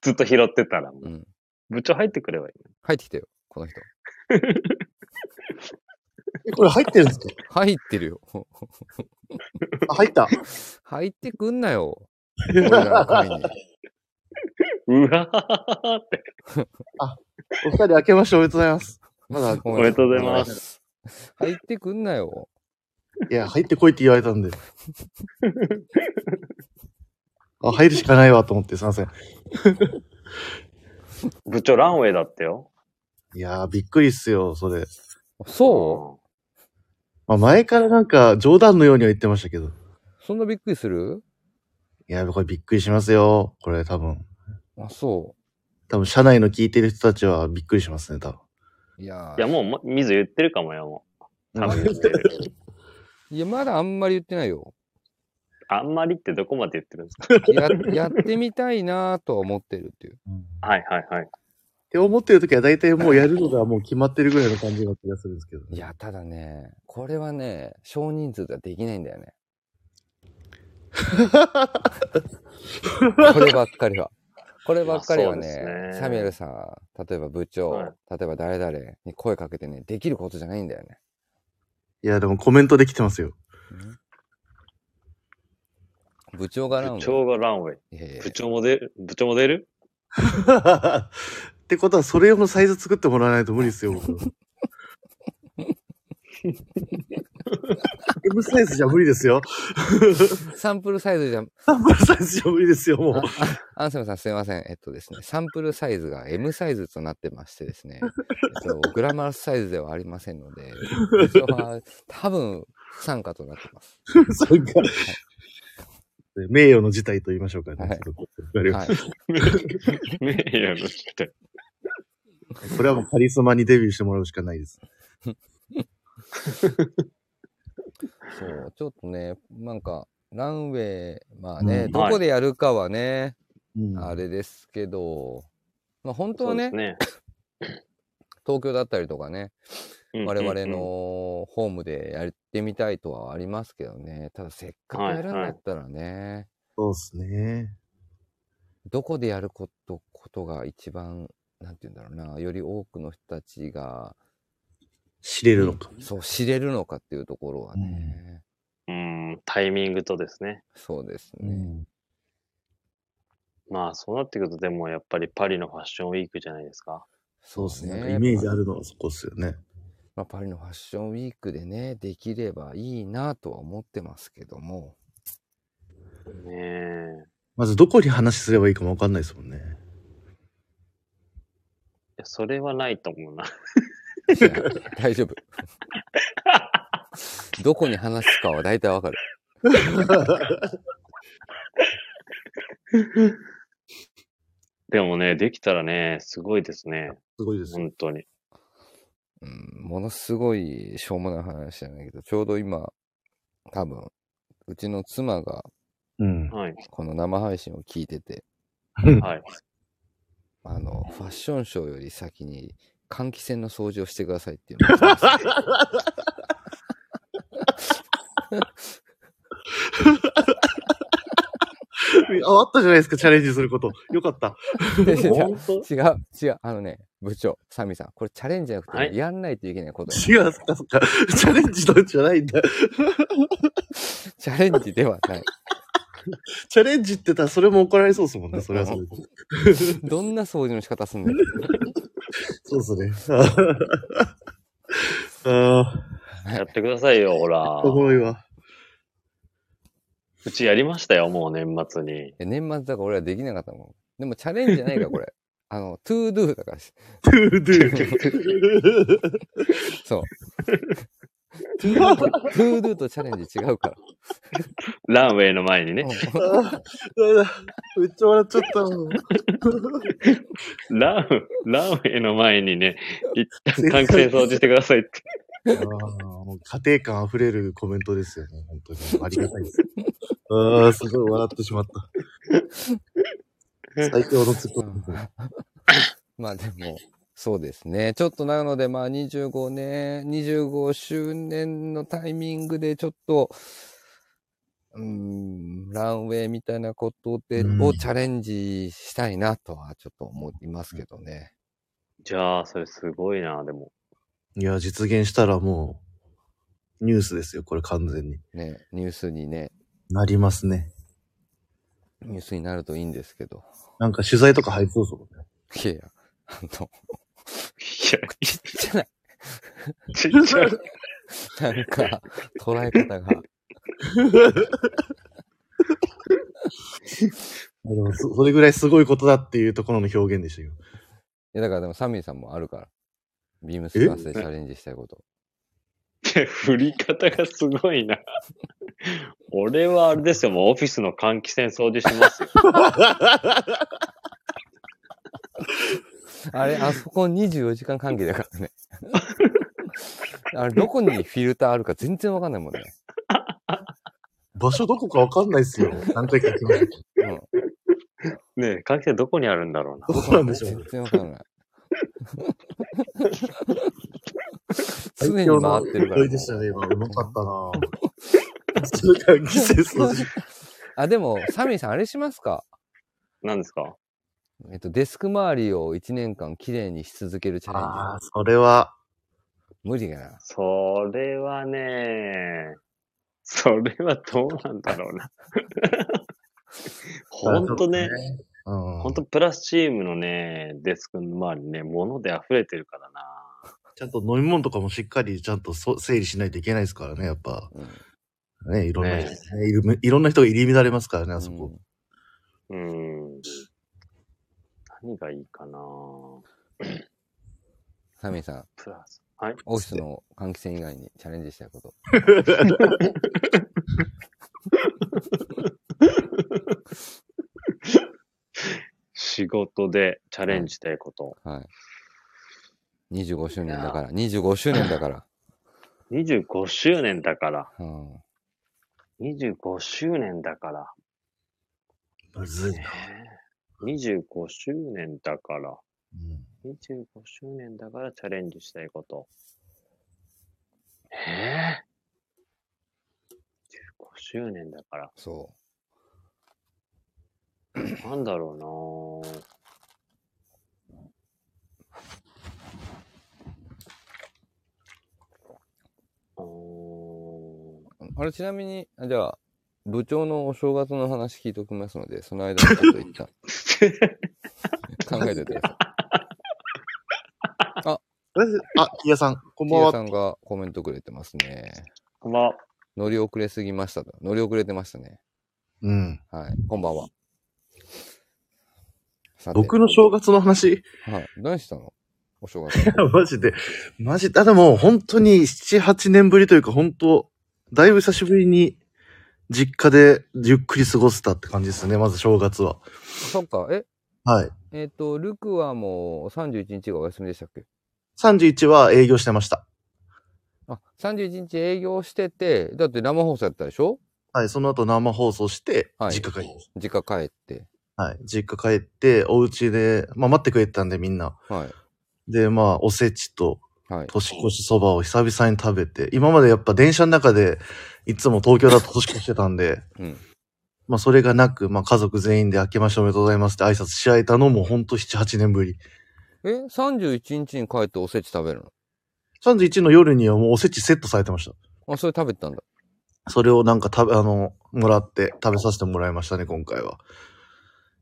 ずっと拾ってたら、もう。うん部長入ってくればいいのに。入ってきたよ、この人。え、これ入ってるんですか入ってるよ。 あ、入った。入ってくんなよ。俺らの会に。 うわーって。お二人明けましておめでとうございます。まだ、いお。めでとうございます 入ってくんなよ。や、入ってこいって言われたんで。あ、入るしかないわと思って、すいません。部長、ランウェイだってよ。いやー、びっくりっすよ、それ。そうまあ、前からなんか冗談のようには言ってましたけど。そんなびっくりするいや、これびっくりしますよ、これ多分。あ、そ多分、社内の聞いてる人たちはびっくりしますね、多分。う。いやいや、もう、ま水言ってるかもよ、も多分言ってる。いや、まだあんまり言ってないよ。あんまりってどこまで言ってるんですかややってみたいなとは思ってるっていう。はいはいはい。て思ってる時は大体もうやるのがもう決まってるぐらいの感じの気がするんですけど。いや、ただね、これはね、少人数ではできないん だよね。こればっかりは。こればっかりはね、まあそうですねサミュエルさん、例えば部長、はい例えば誰々に声かけてね、できることじゃないんだよね。いや、でもコメントできてますよ。部長がなん部長がランウェイ。いやいや部長も出る部長も出るってことは、それ用のサイズ作ってもらわないと無理ですよ、 僕 M サイズじゃ無理ですよ。サンプルサイズじゃ、サンプルサイズじゃ無理ですよ、もうあ。あアンセムさんすいません。えっとですね、サンプルサイズが M サイズとなってましてですね、えっと、グラマラスサイズではありませんの で、部長は多分不参加となってます。それが名誉の事態と言いましょうかね。はいちょっとわかりまはいし。名誉のって。たこれはもうカリスマにデビューしてもらうしかないです。そう、ちょっとね、なんか、ランウェイ、まあね、うんどこでやるかはね、うんあれですけど、まあ本そ当はうでねす、ね。東京だったりとかね、うん我々。うんうんのホームでやってみたいとはありますけどね、ただせっかくやるんだったらね、そうですね。どこでやることことが一番、なんて言うんだろうな、より多くの人たちが、知れるのか。そう、知れるのかっていうところはね、うん、タイミングとですね。そうですうね。んまあそうなってくると、でもやっぱりパリのファッションウィークじゃないですか。そうですね。なんかイメージあるのはそこですよね。まあ、パリのファッションウィークでね、できればいいなとは思ってますけど も、ねえ。まずどこに話すればいいかもわかんないですも んね。いやそれはないと思うな。 いや大丈夫。どこに話すかは大体わかる。でもね、できたらね、すごいですね。すごいですよ。本当に。うん、ものすごいしょうもない話じゃないけど、ちょうど今、多分、うちの妻が うん。はい。この生配信を聞いてて、はい。あの、ファッションショーより先に換気扇の掃除をしてくださいっていう のを言ってました。 ああったじゃないですか、チャレンジすること。よかった。本当違う、違う、あのね、部長、サミさん、これチャレンジじゃなくてね、はいやんないといけないこと。チ違う、そっかそっか。チャレンジとじゃないんだ。ャレンジでは ない。チャレンジって言ったらそれも怒られそうですもんね。それはそれで。どんな掃除の仕方すんのそうですね。 あやってくださいよ、ほあ、 ら。おもろいわ。うちやりましたよ、もう年末に。え年末だから俺はできなかったもん。でもチャレンジじゃないか ら、これ。あの、トゥードゥーだからし。トゥードゥー。 そう。トゥードゥーと、トゥードゥーとチャレンジ違うから。ランウェイの前にね。うんあーやだめっちゃ笑っちゃった。ラン、ランウェイの前に ね、一旦換気扇掃除してくださいって。あーもう家庭感あふれるコメントですよね。本当に。ありがたい です。ああ、すごい笑ってしまった。最強のツッコミ。まあでも、そうですね。ちょっとなので、まあ25年、25周年のタイミングでちょっと、うーん、ランウェイみたいなことで、うんをチャレンジしたいなとはちょっと思いますけどね。じゃあ、それすごいな、でも。いや、実現したらもう、ニュースですよ。これ完全に。ね、ニュースにね、なりますね。ニュースになるといいんですけど。なんか取材とか入りそうそうね。いやいや、あの、いや、ちっちゃない。ちっちゃい。なん か、捉え方が。でもそそれぐらいすごいことだっていうところの表現でしたよ。いや、だからでもサミーさんもあるから。ビームスプラスでチャレンジしたいこと。いや振り方がすごいな。俺はあれですよ、もうオフィスの換気扇掃除します よ。 あれ、あそこ24時間関係だからね。あれ、どこにフィルターあるか全然わかんないもんね。場所どこかわかんないっすよ。何回か来ました けうん。ねえ、関係どこにあるんだろうな。ど。どこなんでしょう全然ね。わかんない。 常に回ってるから最強の勢いでしたね、今。うまかったなぁ。それから犠牲 掃除。あ、でも、サミーさん、あれしますか何ですかえっと、デスク周りを1年間きれいにし続けるチャレンジ。ああ、それは、無理かな。それはね、それはどうなんだろう な。ほんとね、。うん。ほんとプラスチームのね、デスクの周りね、物で溢れてるからな。ちゃんと飲み物とかもしっかりちゃんとそ整理しないといけないですからね、やっぱ。うんね、いろんな人、ねねいるいろんな人が入り乱れますからね、あそこ。ううんん。何がいいかなサミーさん、プラス。はい。オフィスの換気扇以外にチャレンジしたいこと。仕事でチャレンジしたいこと。はい。25周年だから、25周年だから。 25周年だから。うん。 25周年だから。むずいな。 25周年だから。うん25周年だからチャレンジしたいこと。えぇ、?25 周年だから。そなんだろうなぁ。うーんう。あれ、ちなみに、あじゃあ、部長のお正月の話聞いておきますので、その間にちょっと一 旦考えておいてください。あ、木屋さん、こんばん木屋さは。んがコメントくれてますね。こんばんは。乗り遅れすぎましたと。乗り遅れてましたね。うん。はい。こんばんは。さて僕の正月の話 はい。何したのお正月。マジで。マジで。あ、でも本当に7、8年ぶりというか、本当だいぶ久しぶりに実家でゆっくり過ごせたって感じですね、まず正月は。 そっか。え、はい。えっ、と、ルクはもう31日がお休みでしたっけ31は営業してました。あ、31日営業してて、だって生放送やったでしょはい、その後生放送しては、い実家帰ります。実家帰って。はい、実家帰って、お家で、まあ待ってくれてたんでみんな。はい。で、まあ、おせちとはい。年越しそばを久々に食べて、今までやっぱ電車の中で、いつも東京だと年越してたんで、 うん。まあそれがなく、まあ家族全員で明けましておめでとうございますって挨拶し合えたのもほんと7、8年ぶり。え、31日に帰っておせち食べる31の夜にはもうおせちセットされてました。のあ、それ食べてたんだ。それをなんか食べ、あの、もらって食べさせてもらいましたね、今回は。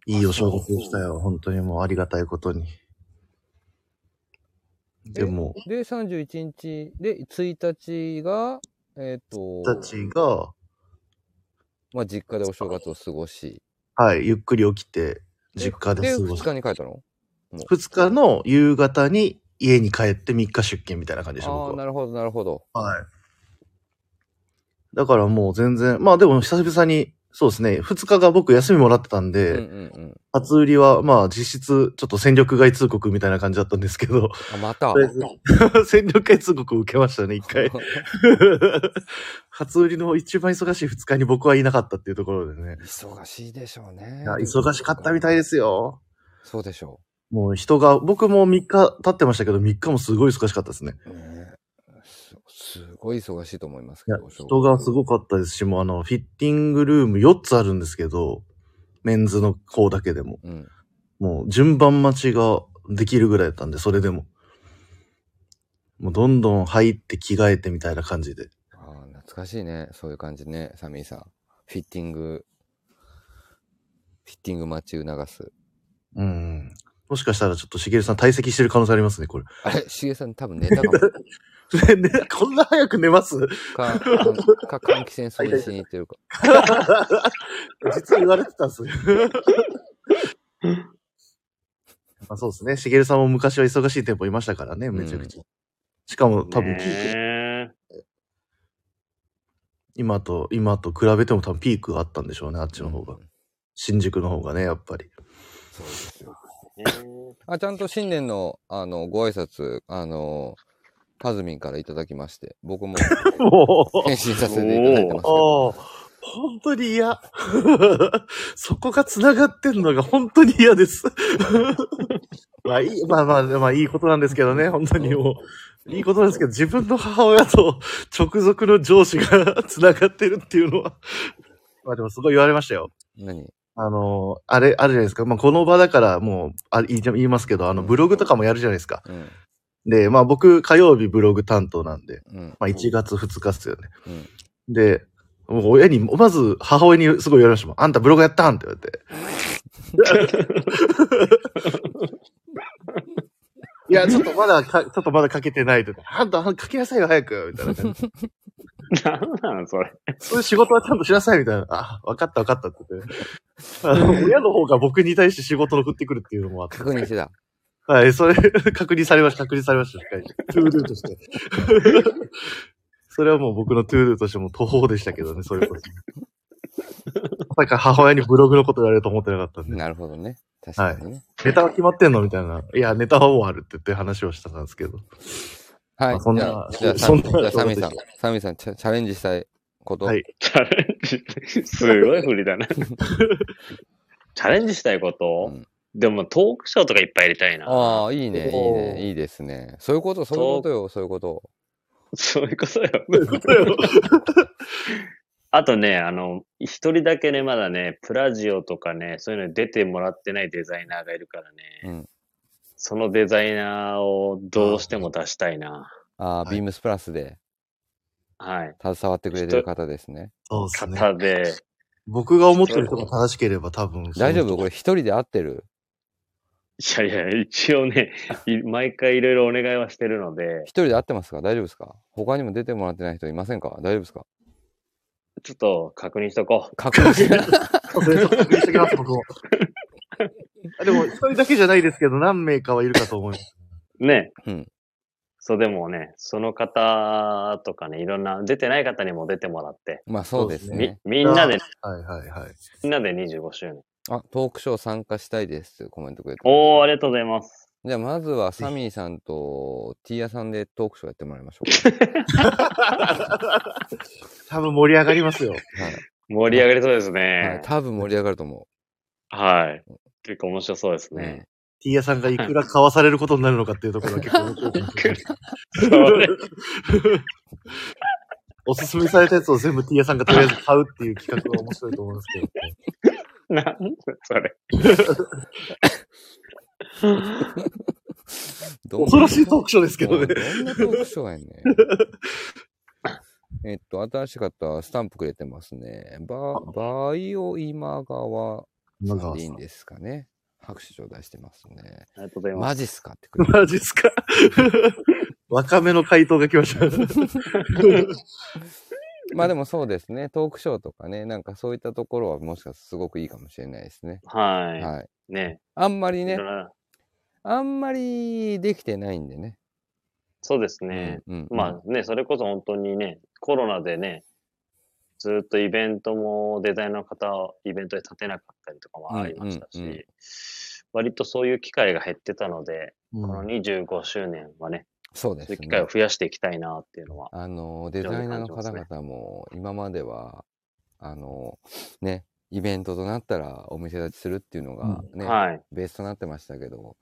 いいお正月でしたよ。本当にもうありがたいことに。でも、で、31日、で、1日が、えっ、たと、ちが、まあ、実家でお正月を過ごし、はい、ゆっくり起きて、で実家でで、過ご2し日に帰ったの2日の夕方に家に帰って3日出勤みたいな感じでした、ああ、僕なは。るほど、なるほど。はい。だからもう全然、まあでも久々に、そうですね、2日が僕休みもらってたんで、うんうんうん。初売りはまあ実質ちょっと戦力外通告みたいな感じだったんですけど、あ、またと。りあえず 戦力外通告を受けましたね、1回。 初売りの一番忙しい2日に僕はいなかったっていうところでね。忙しいでしょういねや。忙しかったみたいですよ。そうでしょもう人が、僕も3日経ってましたけど、3日もすごい忙しかったですね。う。ねすすごい忙しいと思いますいけやど、、人がすい。ごかったですし、もうあの、フィッティングルーム4つあるんですけど、メンズの方だけでも。うん。もう順番待ちができるぐらいだったんで、それでも。もうどんどん入って着替えてみたいな感じで。ああ、懐かしいね。そういう感じね、サミーさん。フィッティング、フィッティング待ち促す。うん。もしかしたらちょっとしげるさん退席してる可能性ありますね、これ。あれ、しげさん多分寝たかも。 ねね、こんな早く寝ます か、か、か換気扇掃除しに行ってるか。実は言われてたんですよ。 まあそうですね。しげるさんも昔は忙しい店舗いましたからね、めちゃくちゃ。しかも多分、ねえ今と、今と比べても多分ピークがあったんでしょうね、あっちの方が。うん新宿の方がね、やっぱり。そうですよ。ねえあ、ちゃんと新年の、あの、ご挨拶、あの、カズミンからいただきまして、僕 ももう。返信させていただいてますけど。ああ、本当に嫌。 そこが繋がってんのが本当に嫌です。 まあいい、まあまあ、まあいいことなんですけどね、本当にもう。いいことなんですけど、自分の母親と 直属の上司が 繋がってるっていうのは。まあでもすごい言われましたよ。何あの、あれ、あるじゃないですか。まあこの場だからもう、あ言い言いますけど、あの、ブログとかもやるじゃないですか。うん。で、まあ僕、火曜日ブログ担当なんで、うん。まあ1月2日っすよね。うん。で、もう親に、まず母親にすごい言われましたもん。あんたブログやったんって言われて。 いや、ちょっとまだか、ちょっとまだ書けてないとか。あんた、あんた書きなさいよ、早くみたいな感じ。なんなんそれ。そういう仕事はちゃんとしなさい、みたいな。あ、わかったわかったって言って。あの、親の方が僕に対して仕事を送ってくるっていうのもあって。確認してた。はい、それ、 確認されました、確認されました、しっかり。トゥードゥーとして。 それはもう僕のトゥードゥーとしても途方でしたけどね、そういうこと。 なんか母親にブログのこと言われると思ってなかったんで。なるほどね。確かにね。ネタは決まってんのみたいな。いや、ネタはもうあるって言って話をしたん ですけど。はい。あそんじなゃあ、じゃあ、そんなじゃあサミーさんそ、サミーさん、チャチャレンジしたいこと。はいチャレンジ、すごい振りだな。チャレンジしたいこと、うんでもトークショーとかいっぱいやりたいな。ああ、いいね、いいおーね、いいですね。そういうこと、そういうことよ、そういうこと。そういうことよ。そうよあとね、あの、一人だけね、まだね、プラジオとかね、そういうのに出てもらってないデザイナーがいるからね、うんそのデザイナーをどうしても出したいな。ああ、はいビームスプラスではい。携わってくれてる方ですね。そうですね。型で、僕が思ってる人が正しければ多分。大丈夫これ。れ一人で合ってるいやいや、一応ね、い毎回いろいろお願いはしてるので一、人で合ってますか大丈夫ですか他にも出てもらってない人いませんか大丈夫ですかちょっと確認しとこう。確認してそれちょっと確認してきます、僕も。あでも、一人だけじゃないですけど、何名かはいるかと思います。ね。うんそう、でもね、その方とかね、いろんな、出てない方にも出てもらって、まあそうですそうみ、ね。みんなで、はいはいはい。みんなで25周年。あ、トークショー参加したいですというコメントくれてます。おー、ありがとうございます。じゃあまずはサミーさんとティーヤさんでトークショーやってもらいましょう多分盛り上がりますよ。か。はい盛り上がりそうですはい。ね。多分盛り上がると思はい。結構面白そうですう。うんね。。ティーヤさんがいくら買わされることになるのかっていうところが結構面白いですねそうねおすすめされたやつを全部ティーヤさんがとりあえず買うっていう企画が面白いと思うんですけど。 なんそれ。どんな恐ろしいトークショーですけどおいね。どんなトークショーや ねん。えっと、新しかったスタンプくれてますね。ババイオ今川今さん川でいいさんんですかね。拍手頂戴してますね。ありがとうございます。マジっすかってくれ てマジっすか若めの回答が来ました。まあでもそうですね。トークショーとかね、なんかそういったところはもしかするとすごくいいかもしれないですね。ははい。い。ね。あんまりいねろ、んなあんまりできてないんでね。そうですね。うんうんうんまあね、それこそ本当にね、コロナでね、ずーっとイベントもデザイナーの方はイベントで立てなかったりとかもありましたし、うんうんうん割とそういう機会が減ってたので、うんこの25周年はね、そうでそういすう機会ねを。増やしていきたいなっていうのは。あの、デザイナーの方々も、今までは、あの、ね、イベントとなったらお店立ちするっていうのがね、はい。ベースとなってましたけど、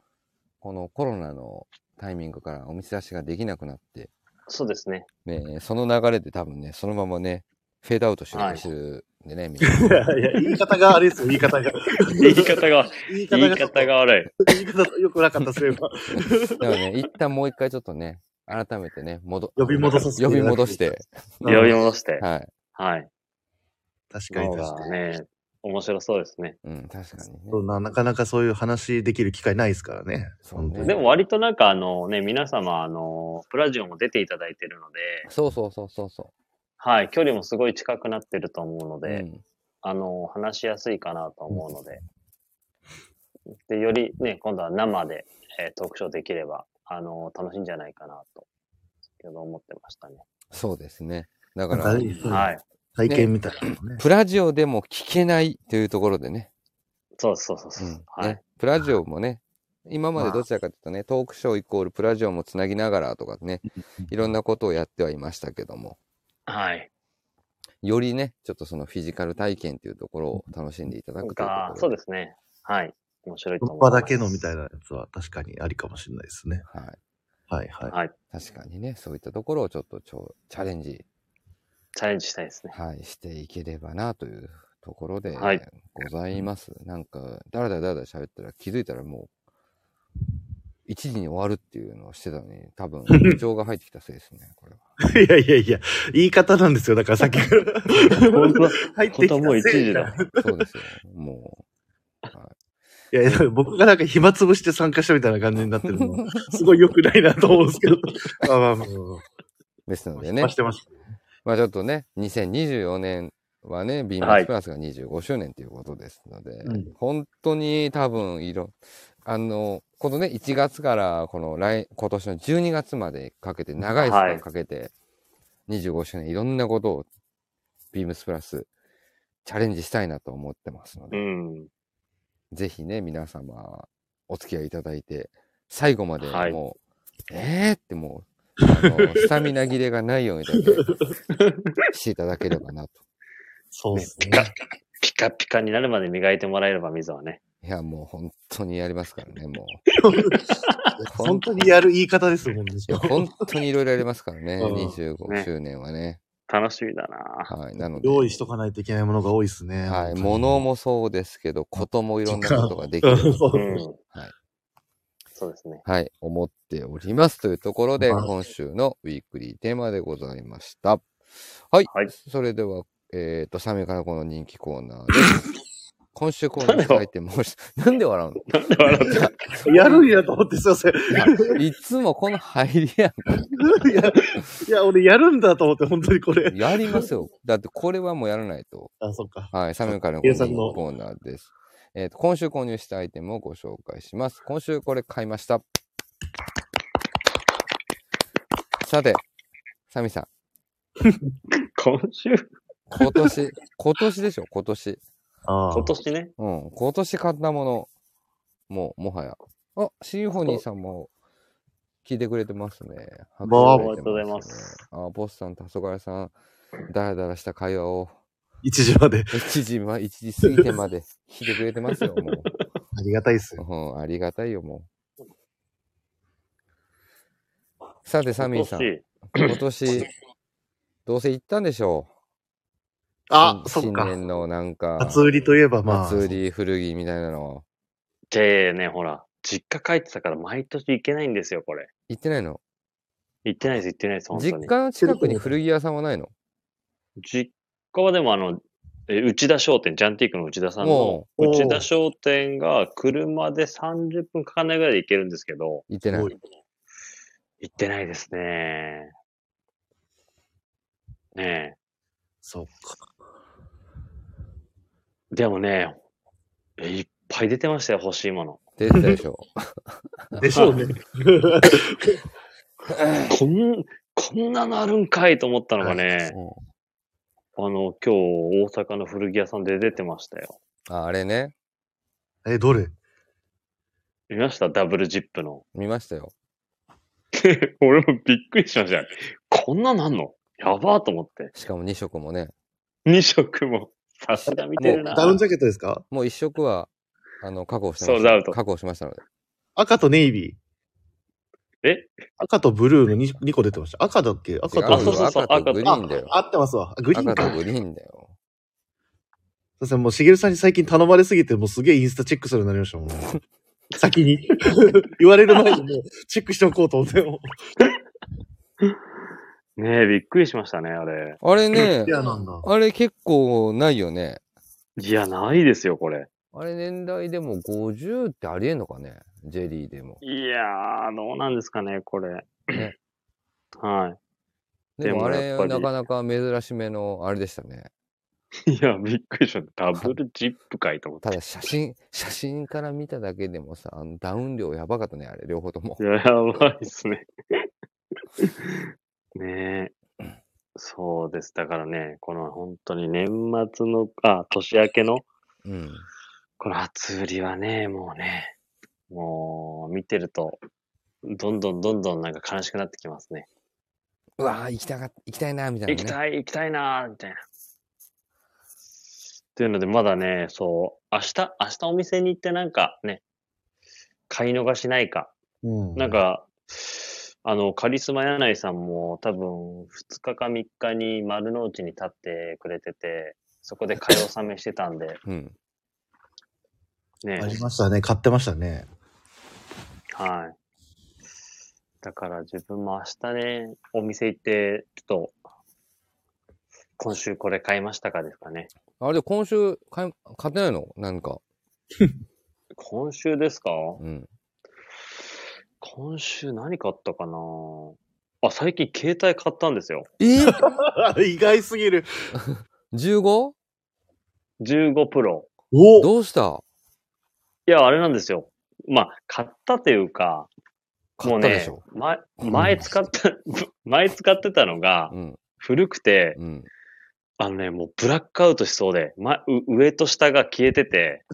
このコロナのタイミングからお店出しができなくなって、そうです ね。ね、その流れで多分ね、そのままね、フェードアウトしようとしてるんでね、みんい な。やいや、言い方があれですよ、言い方が。言い方が、言い方が。言い方。が悪い。言い方良くなかった、そういえば。だからね、一旦もう一回ちょっとね、改めてね、戻、呼び戻させてい呼ただくび戻 して、呼び戻して。はい。はい。確かのに確がかに。ね、面白そうですね。うん、確かにね。そうななかなかそういう話できる機会ないですからね。そうね本当にでも割となんかあのね、皆様あの、プラジオも出ていただいてるので、そうそうそうそうそはい、距離もすごい近くなってると思うのう。で、うんあの、話しやすいかなと思うので、で、よりね、今度は生で、えートークショーできれば、あの、楽しいんじゃないかなと、先ほど思ってましたね。そうですね。だから、なんかあれですよねはい。体験みたいなのね。プラジオでも聞けないというところでね。そうそうそうそうう、んはい。ね、プラジオもね、今までどちらかというとね、トークショーイコールプラジオもつなぎながらとかね、いろんなことをやってはいましたけども、はい。よりね、ちょっとそのフィジカル体験というところを楽しんでいただなんくというとか、こそろうで。ですね。はい。面白いとその思いま場す。だけのみたいなやつは確かにありかもしれないですね。はい。はいはい。はい。確かにね、そういったところをちょっとちょチャレンジ、チャレンジしたいですね。はい、していければなというところではいございます。なんか、だらだらだらだら喋ったら気づいたらもう、1時に終わるっていうのをしてたのに、多 分、部長が入ってきたせいですね、これは。いやいやいや、言い方なんですよ。だからさっきから。本当だ入っ本当てきたはもう1せい時だ。そうですよ、もう。はいやいや、僕がなんか暇つぶして参加したみたいな感じになってるのは、すごい良くないなと思うんですけど。 まあまあまあい。ですのまあ、でねまあ、してました。まあちょっとね、2024年はね、ビームスプラスが25周年ということですので、うん本当に多分いろ、あの、このね、1月からこの来、今年の12月までかけて、長いスパンかけて、25周年いろんなことを、ビームスプラス、チャレンジしたいなと思ってますのうで、ん。ぜひね、皆様、お付き合いいただいて、最後までもう、はいえーってもう、あ の、スタミナ切れがないようにだけしていただければなと。そうですピねカ。、ピカピカになるまで磨いてもらえれば、水はね。いや、もう本当にやりますからね、 もう。 本当にやる言い方ですもんね。いや、本当にいろいろやりますからね、うん25周年はね。楽しみだな。はい、なので。用意しとかないといけないものが多いですね。はい、本当物もそうですけど、こともいろんなことができるに。。 そううんはい。そうですね。はい、思っております。というところで、はい今週のウィークリーテーマでございました。はい。はいそれでは、えっ、と、サメからこの人気コーナーです。 今週コーナー書いてもし、なんで笑うの なんで笑ってるやるんやと思ってすいません。 いやいつもこの入りやん。いや、いや俺やるんだと思って、本当にこれ。やりますよ。だってこれはもうやらないと。あ、そっか。はい、サムからの購計入算のコーナーです。えっ、と、今週購入したアイテムをご紹介します。今週これ買いました。さて、サミさん、今週今年、今年でしょ、今年。あ今年ね。うん、今年買ったもの、もう、もはや。あ、シンフォニーさんも聞いてくれてますね。拍手わあいただあてりがとうございまねす。あ、ボスさん、黄昏さん、だらだらした会話を、一時まで。 1時ま、1時過ぎてまで聞いてくれてますよ、もう。ありがたいっすよ。うん、ありがたいよ、もう。さて、サミーさん、今今年、どうせ行ったんでしょう。あ、新そっ新か。年のなんか、初売りといえばまあ。初売り古着みたいなの、でね、ほら、実家帰ってたから毎年行けないんですよ、これ。行ってないの行ってないです、行ってないです、本当に。実家の近くに古着屋さんはないの実家はでもあの、え内田商店、ジャンティークの内田さんのも、うおう内田商店が車で30分かかんないぐらいで行けるんですけど、行ってないすご。い行ってないですね。ねそっか。え。でもね、えいっぱい出てましたよ、欲しいもの。出てたでしょ。でしょ うね。こん、こんなのあるんかいと思ったのがね、うあの、今日大阪の古着屋さんで出てましたよ。んああれね、え、どれ見ましたダブルジップの。見ましたよ。 俺もびっくりしました。こんななんのやばーと思って。しかも2色もね。 2色も。さすが見てるな。ダウンジャケットですかもう1色は、あの、確保してまソーしルドアた。ウト確保しましたので。赤とネイビー。え赤とブルーの 2, 個出てました。赤だっけ赤とあそうそうそう赤とグリーンだよ。あ合ってますわ。あグリーン赤か。とすいグリーンだよ。ません、もうしげるさんに最近頼まれすぎて、もうすげえインスタチェックするようになりましたもん。先に。 言われる前にもうチェックしておこうと思って。ねえ、びっくりしましたね、あれ。あれねい、やなんだ。あれ結構ないよね。いや、ないですよ、これ。あれ年代でも50ってありえんのかねジェリーでも。いやー、どうなんですかね、これ。ねはでもあでれもやっぱなりかなか珍しめのあれでしたね。い。いや、びっくりしました。ダブルジップかいと思ってた。だ写真、写真から見ただけでもさ、あのダウン量やばかったね、あれ、両方ともい。や、やばいっすね。 ねえ。そうです。だからね、この本当に年末の、あ、年明けの、うん。この初売りはね、もうね、もう、見てると、どんどんどんどんなんか悲しくなってきますね。うわー行きたがっ、行きたいな、みたいな、ね。行きたい、行きたいなーみたいな。っていうので、まだね、そう、明日、明日お店に行ってなんかね、買い逃しないか。うんなん、か、あの、カリスマ柳井さんも多分2日か3日に丸の内に立ってくれてて、そこで買い納めしてたんで、うん。ねあ。りましたね。買ってました ね。はい。だから自分も明日ね、お店行って、ちょっと、今週これ買いましたかですかね。あれで今週買い、買ってないのなんか。今週ですかうん。今週何買ったかなあ、最近携帯買ったんですよ。えー、意外すぎる。 ?15? 15プロ。おどうしたいや、あれなんですよ。まあ、買ったというか、買ったでしょ。もうね、前、前使った、 前使ってたのがうん。古くて、うん。あのね、もうブラックアウトしそうで、ま、う上と下が消えてて、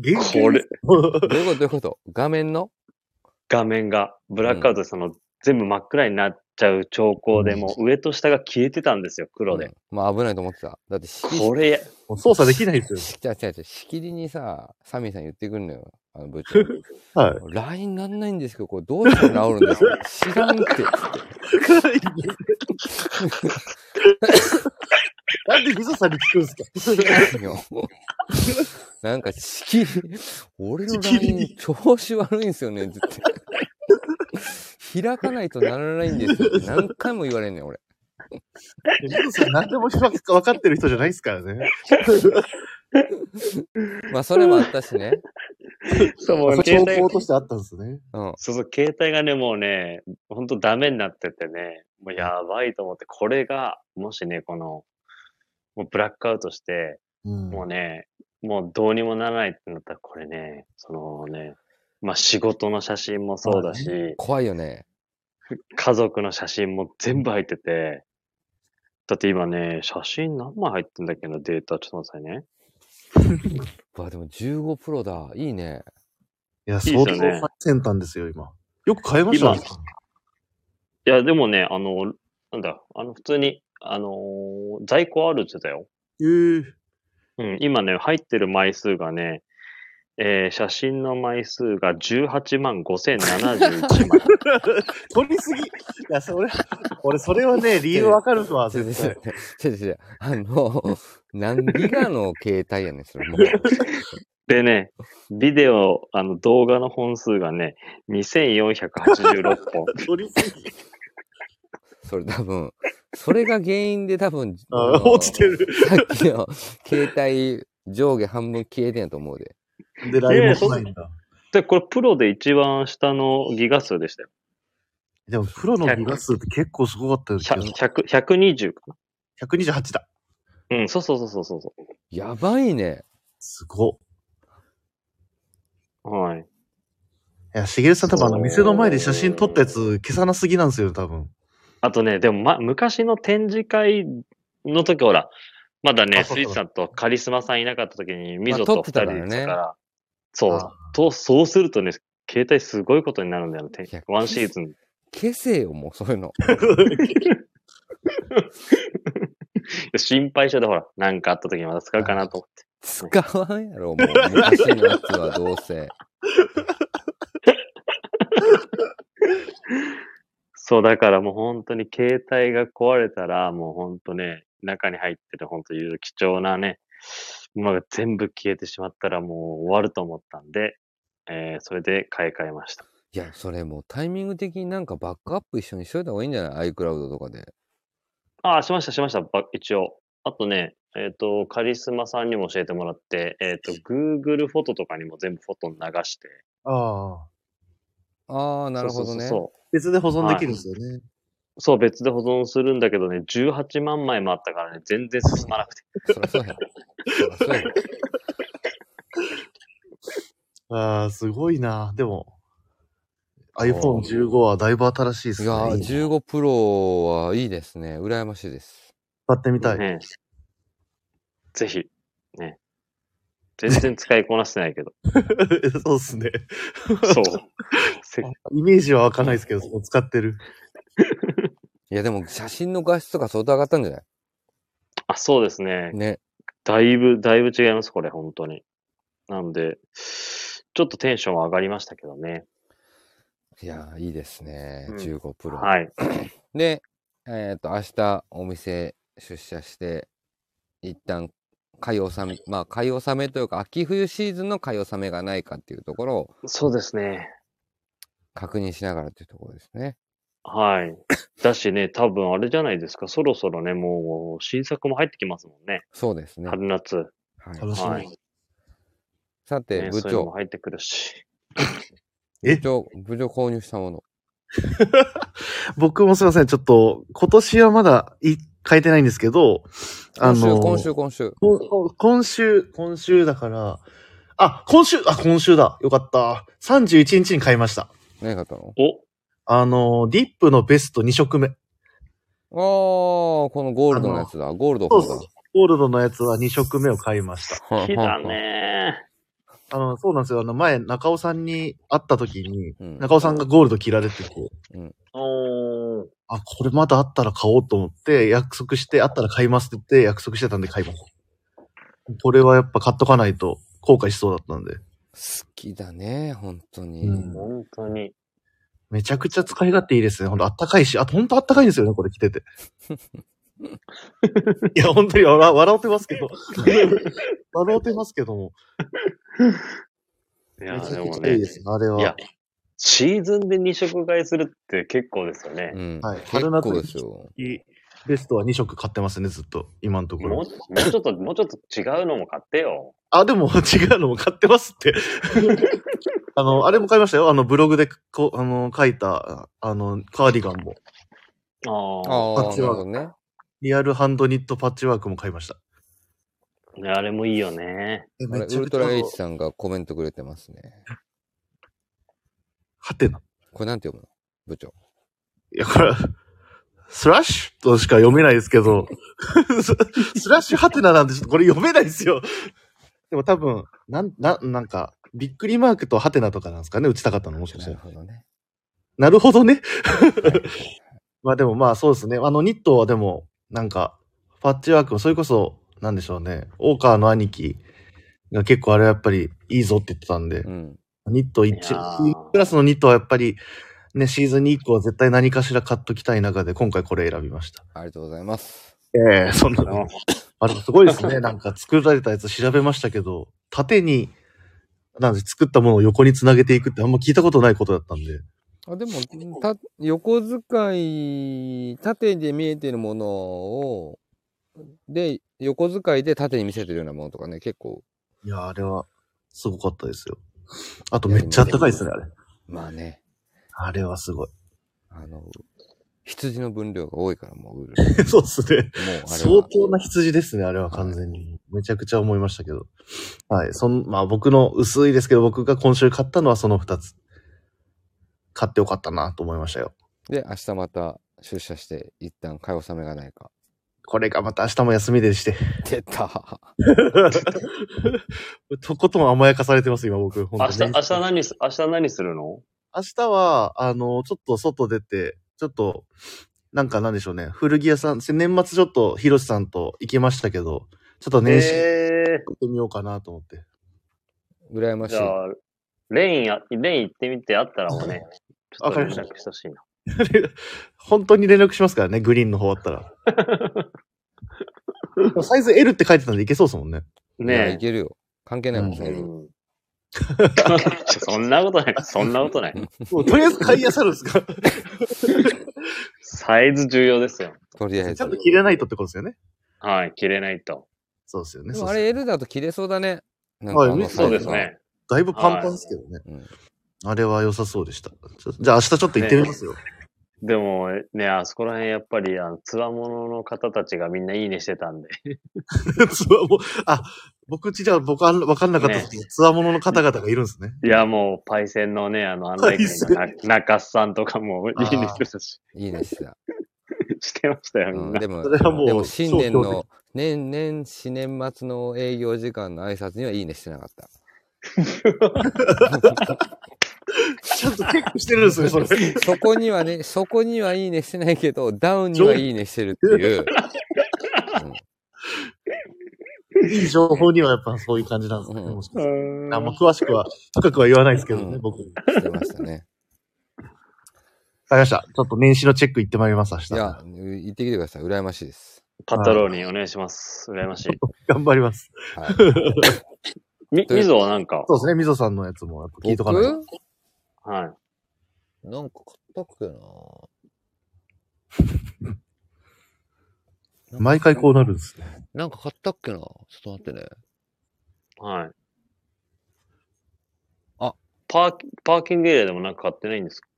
限界 これ、どういうことどういうこと画面の画面が、ブラックアウトその、全部真っ暗になっちゃう兆候で、うんもう上と下が消えてたんですよ、黒で。うんまあ危ないと思ってた。だってし、これや、もう操作できないですよ。し違う違う違うしきりにさ、サミーさん言ってくんのよ。あの部 長。はい LINE なんないんですけど、これどうしたら治るんだよ。知らんって。 なんで水さんに聞くんですか知らんよ。なんか、しきり、俺のしきり LINE 調子悪いんですよね、って言って。開かないとならないんですよって何回も言われんねん、俺。水さん何でも分かってる人じゃないですからね。まあ、それもあったしね。そう、もうそう携情帯報としてあったんですね。うん。そうそう、携帯がね、もうね、ほんとダメになっててね、もうやばいと思って、これが、もしね、この、もうブラックアウトして、うんもうね、もうどうにもならないってなったら、これね、そのね、まあ仕事の写真もそうだし、怖いよね。家族の写真も全部入ってて、だって今ね、写真何枚入ってんだっけな、データ、ちょっと待ってくださいね。わあ、でも15プロだ。いいね。いや、すよ相ね当最先端ですよ、今。よく買いましたね。いや、でもね、あの、なんだ、あの、普通に、あのー在庫あるって言ってたよ。えーうん、今ね、入ってる枚数がね、えー写真の枚数が18万5071枚。取りすぎ。いや、それ、俺、それはね、理由わかるとは、違う違絶対。う違う違う。あの、何ギガの携帯やねん、それもう。でね、ビデオ、あの、動画の本数がね、2486本。 取りすぎ。それ多分、それが原因で多分、ああの落ちてる。さっきの携帯上下半分消えてんやと思うで。で、ライブもしないんだ。で、これプロで一番下のギガ数でしたよ。でも、プロのギガ数って結構すごかったですけど、 100 120か128だ。な。うん、そうそうそうそうそやばいね。すごっ。う。はい。いや、しげるさん多分あのそう店の前で写真撮ったやつ消さなすぎなんですよ、多 分。あとね、でも、ま、昔の展示会の時、ほら、まだね、あそうスそうイーツさんとカリスマさんいなかった時に、ミゾと撮っ二て人たでか行らねってたから、そあう、と、そうするとね、携帯すごいことになるんだよね、いやてワンシーズン。消せよ、もうそういう の。心配性でほら、なんかあった時にまた使うかなと思って。使わんやろ、もう。昔のやつはどう せ。そう、だからもう本当に携帯が壊れたら、もう本当ね、中に入ってる本当いろいろ貴重なね、ものが全部消えてしまったらもう終わると思ったんで、えーそれで買い替えました。いや、それもうタイミング的になんかバックアップ一緒にしといた方がいいんじゃない ?iCloud とかで。ああ、しました、しました、ば一応。あとね、えっ、と、カリスマさんにも教えてもらって、えっ、と、Google フォトとかにも全部フォト流して。ああ。ああ、なるほそどね。うそうそう別で保存できるんですよね。そう、別で保存するんだけどね、18万枚もあったからね、全然進まなくて。そりゃそうやろ。そりゃそうやろ。ああ、すごいな。でも、iPhone15 はだいぶ新しいですい ね。やいいー、15プロはいいですね。羨ましいです。使ってみたい。ねえぜひ、ね。全然使いこなしてない けど。 そうっすね。そう。せイメージは湧かないですけど、その使ってる。いや、でも写真の画質とか相当上がったんじゃないあ、そうですね。ね。だいぶ、だいぶ違います、これ、本当に。なんで、ちょっとテンションは上がりましたけどね。いや、いいですね。うん15プロ。はい。で、えっ、と、明日お店出社して、一旦買い納め、まあ買い納めというか、秋冬シーズンの買い納めがないかっていうところをそうですね。確認しながらっていうところですね。はい。だしね、多分あれじゃないですか。そろそろね、もう、新作も入ってきますもんね。そうですね。は春夏。い、楽しみ。はいさて、ね、部そういうの長も、入ってくるし。え部長、部長購入したもの。僕もすいません、ちょっと、今年はまだい変えてないんですけど、あ今週、の、今週、今週。こ今週、今週だから、あ、今週、あ、今週だ。よかった。31日に買いました。何買ったのおあの、ディップのベスト2色目。ああ、このゴールドのやつだ。ゴールドのそう方っだ。ゴールドのやつは2色目を買いました。は来あはたあはあねあの、そうなんですよ。あの、前、中尾さんに会った時に、 うん中尾さんがゴールド着られてて、ー。おー。あ、これまだあったら買おうと思って、約束して、あったら買いますって言って、約束してたんで買います。これはやっぱ買っとかないと後悔しそうだったんで、好きだね、本当に。うん本当 に。めちゃくちゃ使い勝手いいですね。ほんとあったかいし、あとほんとあったかいんですよね、これ 着てて。いや、ほんとに笑笑ってますけど。笑ってますけども。いめや、ちでゃくもちゃいいねで。すね、あれいやは。、シーズンで2色買いするって結構ですよね。うん。はい結春夏構ですよ。ベストは2色買ってますね、ずっと。今のとこもうもうろ。ちょっと、もうちょっと違うのも買ってよ。あ、でも 違うのも買ってますって。 あの、あれも買いましたよ。あの、ブログでこあの書いた、あの、カーディガンも。ああ。あこあ、っなちるほはどね。リアルハンドニットパッチワークも買いました。ねあれもいいよね。え、あれウめちゃルくちトゃラ。エイチさんがコメントくれてます ね。はてな。これなんて読むの部長。いや、これ、スラッシュ としか読めないですけ ど、ススラッシュハテナなんてちょっとこれ読めないですよ。でも多分、なん、な、なんか、びっくりマークとハテナとかなんですかね、打ちたかったのもしかしなたるら。ほどね。なるほどね。 まあでもまあそうですね。あのニットはでも、なんか、パッチワークもそれこそ、なんでしょうね。大川の兄貴が結構あれはやっぱりいいぞって言ってたんでう、ん。ニットい一やークラスのニットはやっぱり、ね、シーズンに1個は絶対何かしら買っときたい中で、今回これ選びました。ありがとうございます。ええそんなあのあれすごいですね。なんか作られたやつ調べましたけど、縦に、なんで作ったものを横につなげていくってあんま聞いたことないことだったんで。あでも、た横使い、縦で見えてるものを、で、横使いで縦に見せてるようなものとかね、結構、いや、あれは、すごかったですよ。あとめっちゃあったかいですね、あれ。まあね、あれはすごい。あの、羊の分量が多いから、もう、ウール そうですもね。うあれは。 相当な羊ですね、あれは完全に。めちゃくちゃ思いましたけど。はい。そん、まあ僕の薄いですけど、僕が今週買ったのはその2つ。買ってよかったなと思いましたよ。で、明日また出社して、一旦買い納めがないか。これがまた明日も休みで して。出たとことん甘やかされてます、今僕。本明当日、に明日何す、明日何するの明日は、あの、ちょっと外出て、ちょっと、なんかなんでしょうね。古着屋さん、せ年末ちょっと、ひろしさんと行きましたけど、ちょっと年始行えってみようかなと思って。羨まー、しじい。ゃあ、レインや、レイン行ってみて、あったらもうね、ちょっと連絡してほしいな。本当に連絡しますからね、グリーンの方あった ら。でもサイズ L って書いてたんでいけそうですもんね。いやいねけるよ。関係ないもん、うんサえ。イズうん そんなことない。そんなことない。もうとりあえず買い漁るんですかサイズ重要ですよ。とりあえちゃんず。と着れないとってことですよね。はい、切れないと。そうですよね。でそもうあですれ L だと切れそうだね。なんはいあのサそイうズがですね。だいぶパンパンですけどね。うんあれは良さそうでした。ちょじゃあ明日ちょっと行ってみますよ。でもね、あそこら辺やっぱり、あの、つわものの方たちがみんないいねしてたんで。そうもうあ、僕ちじゃあ僕あんわかんなかったですけど、つわものの方々がいるんですね。いや、もう、パイセンのね、あの、案内パイ人センのな中須さんとかもいいねしてたし。いいねした。してましたよ、みうんん、な。でも、それはもうでも新年象徴の、年、年始年末の営業時間の挨拶にはいいねしてなか った。ちゃんとチェックしてるんですね、それ。そこにはね、そこにはいいねしてないけど、ダウンにはいいねしてるっていう。 いい情報にはやっぱそういう感じなんですね。うんもしかうしてーんあんま詳しくは、深くは言わないですけどね、うん僕。わかうん、してました ね。りました。ちょっと年始のチェック行ってまいります、明日。いや、言ってきてください。羨ましいです。パトロールにお願いします。羨ましい。頑張ります。はい。み、みぞはなんか、そうですね、みぞさんのやつもやっ ぱ聞いとかないと。僕はい。なんか買ったっけななんか毎回こうなるんですね。なんか買ったっけなちょっと待ってね。はい。あ、パーキ、パーキングエリアでもなんか買ってないんですか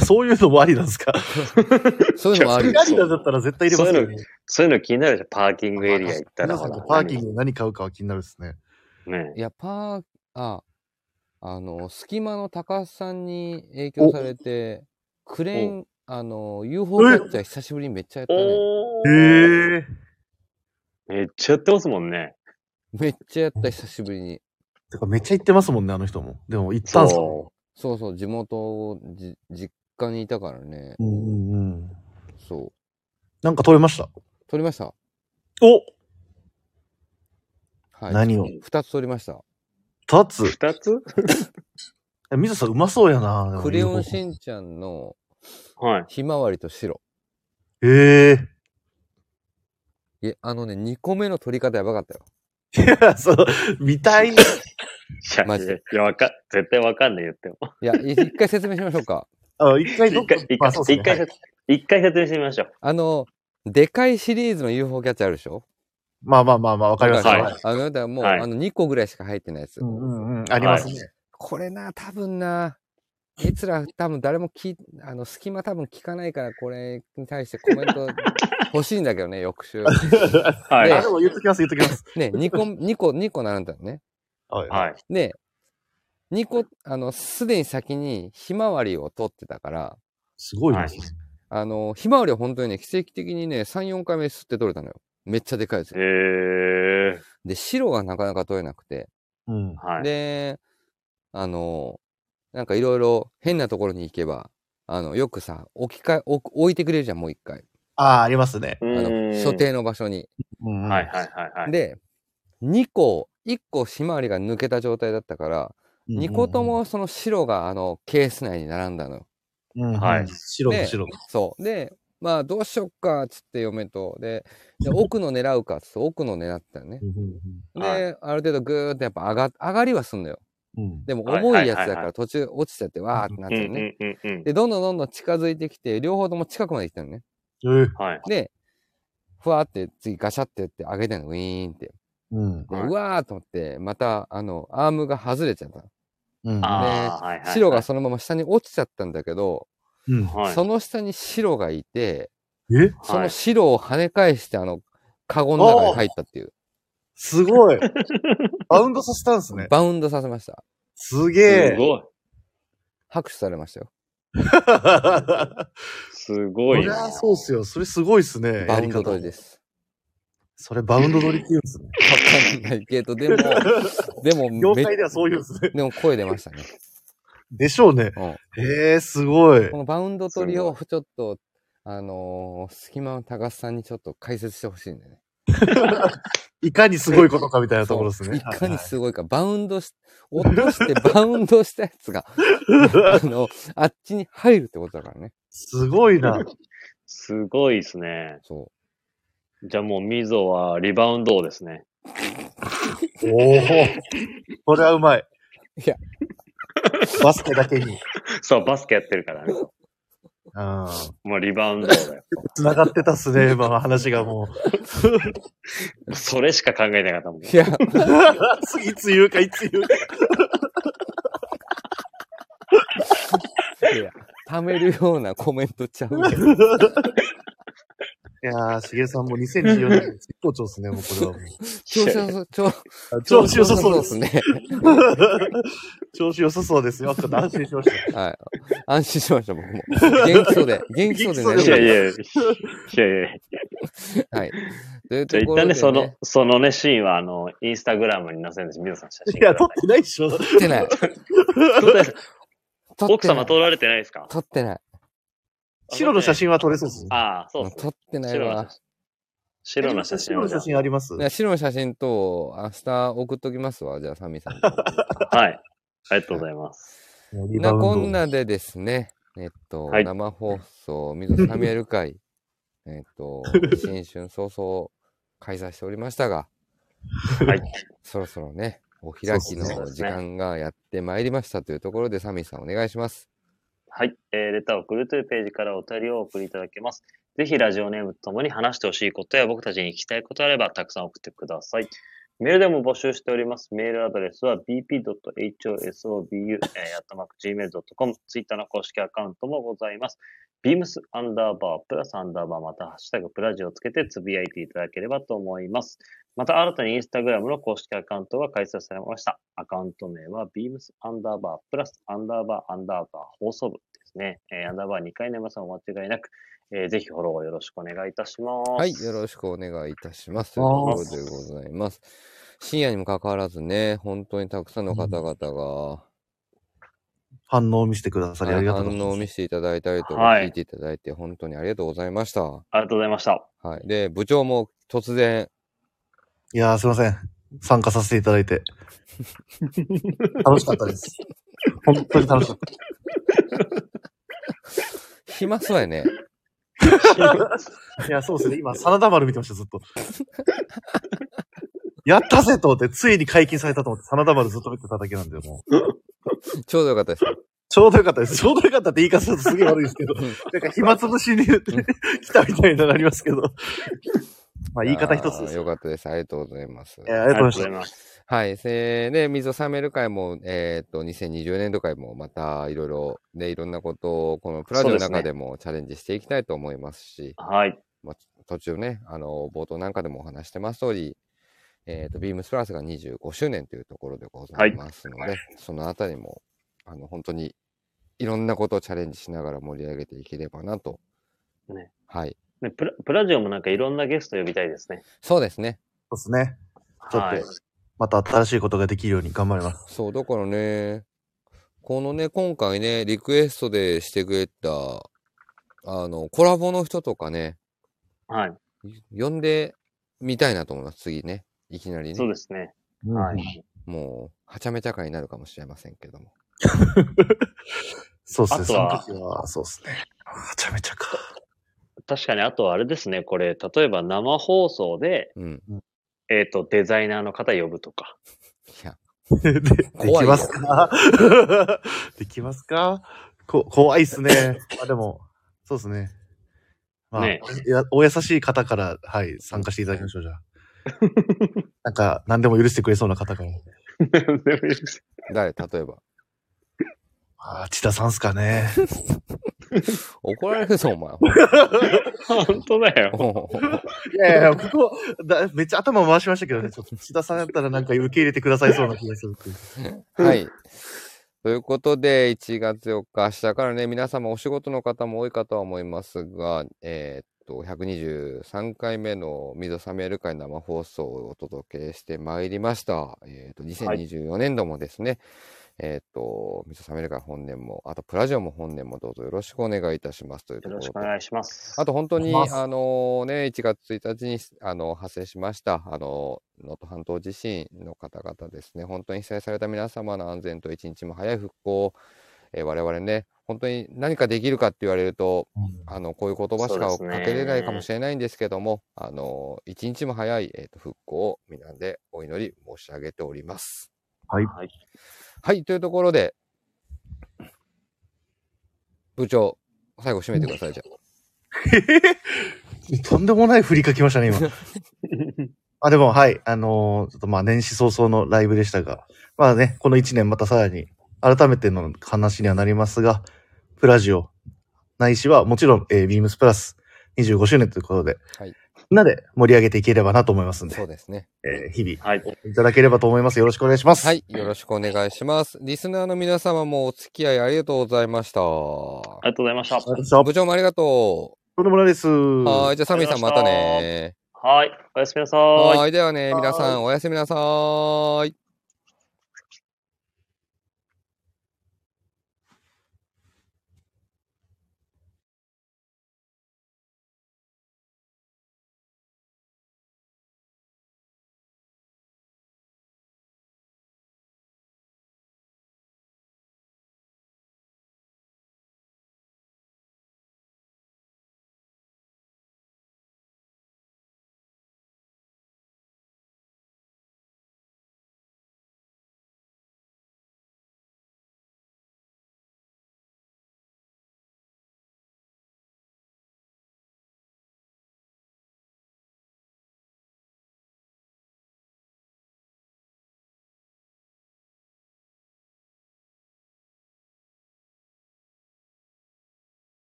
そういうのもありなんですかそういうのもああるりよ。なんだったら絶対入れますよね。そういうの気になるじゃん、パーキングエリア行ったら皆ほさんら。とパーキングで何買うかは気になるですね。ねいや、パー、あ、あの、隙間の高須さんに影響されて、クレーン、あの、UFO キャッチャー久しぶりにめっちゃやったね。おへー。え。めっちゃやってますもんね。めっちゃやった、久しぶりに。てかめっちゃ行ってますもんね、あの人も。でも行ったんすかねそそうそう、地元、じ実家にいたからね。うんうんうん。そう。なんか取れました。撮りました。おはい。何を二つ撮りました。二う。つ二つえ、みぞさんうまそうやな。でもクレヨンしんちゃんのはい。ひまわりと白。へえ。いや、あのね、2個目の撮り方やばかったよ。いや、 そう、見たい。いや、マジでいや、わか、絶対わかんない言っても。いや、い一回説明しましょうか。 あ、一回どっ一か回、一ま回、あそうで一すね回はい説、一回説明してみましょう。あの、でかいシリーズの UFO キャッチャーあるでしょまあまあまあまあ、わかりだましかた。はいらあの、だからもう、はいあの、2個ぐらいしか入ってないやつ。うんうんうん、ありますね。これな、多分な、いつら多分誰も聞い、あの、隙間多分聞かないから、これに対してコメント欲しいんだけどね、翌週。はい。あ、でも言っときます、言っときます。 ね、2個、2個、2個並んだのね。はい。はい。で、2個、あの、すでに先にひまわりを取ってたから、すごいはでいすね。あの、ひまわりは本当にね、奇跡的にね、3、4回目吸って取れたのよ。めっちゃでかいですへよ。え。で、白がなかなか取れなくて、うん。はい。で、あの、なんかいろいろ変なところに行けば、あの、よくさ、置き換え、置置いてくれるじゃん、もう一回。ああ、ありますね。ああの、所。定の場所に。うんうんはいはいはいはい。で、2個、1個ひまわりが抜けた状態だったから、2個と、もその白があの、ケース内に並んだのよ。うんうんはい白ので白の。そう。で、まあ、どうしよっか、っつって嫁と。で、で奥の狙うか、つって奥の狙ってたのね。で、はある程度ぐーってやっぱ上が、上がりはすんのよ。うんでもはい重いやつはいはだかいはいら途中落ちちゃってわーってなっうちゃうんね。うんうんうん。で、どんどんどんどん近づいてきて、両方とも近くまで来たのね。えーはい。で、ふわーって次ガシャってやって上げたの、ウィーンって。うんで、はいうわーと思って、また、あの、アームが外れちゃったの。うんああ、はいはい。白がはいそのまま下に落ちちゃったんだけど、うんはい。その下に白がいて、えそはのい白を跳ね返して、あの、カゴの中に入ったっていう。すごい。バウンドさせたんですね。バウンドさせました。すげえ す。ごい。拍手されましたよ。すそごいりな。ゃそうっすよ。それすごいっすね。。バウンド取りですす。それバウンド取りって言うん ですね。わかんないけど、で も、でも業めっ、界ではそう言うんですね。でも声出ま したね。でしょうね。うんええ、すごいこ。のバウンド取りをちょっと、あのー隙間の高須さんにちょっと解説してほしいんでね。いかにすごいことかみたいなところですそうね。いかにすごいか、バウンドし、落としてバウンドしたやつが、 あの、あっちに入るってことだからね。すごいな。すごいですね。そじゃあもう、みぞはリバウンド王ですね。 おお。これはうまい。いや。バスケだけに。そう、バスケやってるからね。うん。もうリバウンド王だよ。繋がってたっ すね、今の話がもう。 それしか考えなか ったもん。う。いや、いつ言うか、い つ言うか。 いや、溜めるようなコメントちゃうよ。いやー、しげさんも2014年、絶好調ですね、もうこれはもう。調子良さそう、調子良さそうで調す子ね。良さそうで 調子良さそうですよ。 ちょっと安心しました。すね。はい。安心しました、僕も。元 気そうで、元気そうで元い気やいやね。そうでいや、いやいや。はい。というじゃとあ一ころで、旦ね、ね、その、そのね、シーンは、あの、インスタグラムに載せるんです。皆さん写真いくだや、さ撮っい。てないでしょ。 撮撮ってない。撮ってない撮ってない奥様撮られてないですか撮ってない。白の写真は撮れそうですね。ああ、そうです撮ね。ってない白のわ写。真。白の写真白はのじゃ写真ありますいや白の写真と、明日送っときますわ。じゃあ、サミさんに。あはい。ありがとうございます。リバなウンこドんなでですね、えっと、はい生放送、水戸サミュエル会、 えっと、新春早々開催しておりましたが、はい。そろそろね、お開きそでうのすね時間がやってまいりましたというところで、サミさんお願いします。はい。えーレターを送るというページからお便りをお送りいただけます。ぜひラジオネームとともに話してほしいことや僕たちに聞きたいことあればたくさん送ってください。メールでも募集しております。メールアドレスは bp.hosobu.gmail.com。ツイッターの公式アカウントもございます。beams アンダーバープラスアンダーバーまたはハッシュタグプラジをつけてつぶやいていただければと思います。また新たにインスタグラムの公式アカウントが開設されました。アカウント名は beams アンダーバープラスアンダーバーアンダーバー放送部ですね。えーアンダーバー2回の皆さんお間違いなく、えーぜひフォローをよろしくお願いいたします。はい、よろしくお願いいたします。というところでございます。深夜にもかかわらずね、本当にたくさんの方々が、反応を見せてくださりありがとうござい反応まをす。見せていただいたりとか、はい聞いていただいて、本当にありがとうございました。ありがとうございました。はい。で、部長も突然、いやー、すいません。参加させていただいて。 楽しかったです。本当に楽しかった。暇そうやね。 いや、そうですね。今、真田丸見てました、ず っと。やったぜと思って、ついに解禁されたと思って、真田丸ずっと見てただけなんだよ、もう。ちょうどよかったです。ちょうどよかったです。ちょうどよかったって言い方するとすげえ悪いですけど、なんか暇つぶしに言って、来たみたいになりますけど。まあ、言い方一つであーす。よかったです。ありがとうございます。いやあありりががととうごうござざいいまます。はい。せーで、水を冷める会も、えっ、と、2020年度会も、また、いろいろ、ね、いろんなことを、このプラジオのそうですね中でもチャレンジしていきたいと思いますし、はい。まあ、途中ね、あの、冒頭なんかでもお話してます通り、えっ、と、ビームスプラスが25周年というところでございますので、そのあたりも、あの、本当に、いろんなことをチャレンジしながら盛り上げていければなと。ねはい。ねプラプラジオもなんかいろんなゲスト呼びたいですね。そうですね。そうですね。ちょっとはい。また新しいことができるように頑張ります。そう、だからね、このね、今回ね、リクエストでしてくれた、あの、コラボの人とかね、はい。呼んでみたいなと思います、次ね。いきなりそうね。ですね。は。はいい。もう、はちゃめちゃかになるかもしれませんけども。そうですね。あとはその時は、そうですね。めちゃめちゃか。確かに、あとはあれですね、これ、例えば生放送で、うん。えっ、と、デザイナーの方呼ぶとか。 いや、で、 で怖きいよますかできますかこ怖いっすね。まあでも、そうですね。まあ、ねいやお優しい方から、はい、参加していただきましょう、じゃあ。なんか、何でも許してくれそうな方から。誰、例えば。ああ、千田さんっすかね。怒られるぞ、お前。本当だよ。おう いやいや、ここだ、めっちゃ頭回しましたけどね。ちょっと千田さんやったらなんか受け入れてくださいそうな気がするっていう。はい。ということで、1月4日、明日からね、皆様お仕事の方も多いかとは思いますが、えーっと、123回目の水戸サミュエル会生放送をお届けしてまいりました。えーっと、2024年度もですね、えーっと、水戸サミュエル会本年も、あとプラジオも本年もどうぞよろしくお願いいたしますというとよろころしくおで。願いします。あと本当に、お願いしますあのね、1月1日に、あの、発生しました、あの、能登半島地震の方々ですね、本当に被災された皆様の安全と一日も早い復興を、えー我々ね、本当に何かできるかって言われると、あの、こういう言葉しかそかうですねけれないかもしれないんですけども、あの、一日も早い、えーと復興を皆でお祈り申し上げております。はい。はい、というところで、部長、最後締めてください、じゃあ。 とんでもない振りかきましたね、今。あでも、はい。あのーちょっとまあ、年始早々のライブでしたが、まあね、この1年またさらに、改めての話にはなりますが、プラジオ、ないしはもちろん、えー、ビームスプラス、 25周年ということで、はいみんなで盛り上げていければなと思い ますんそでう、ですね。えー日々はい。いただければと思います。よろしくお願いします。はい。よろしくお願いします。リスナーの皆様もお付き合いありがとうございました。ありがとうございましありがとうた。ございました。部長もありがととんでもないです。う。はい。じゃあ、サミーさんまたね。はい。おやすみなさーい。はい。ではね、皆さんおやすみなさーい。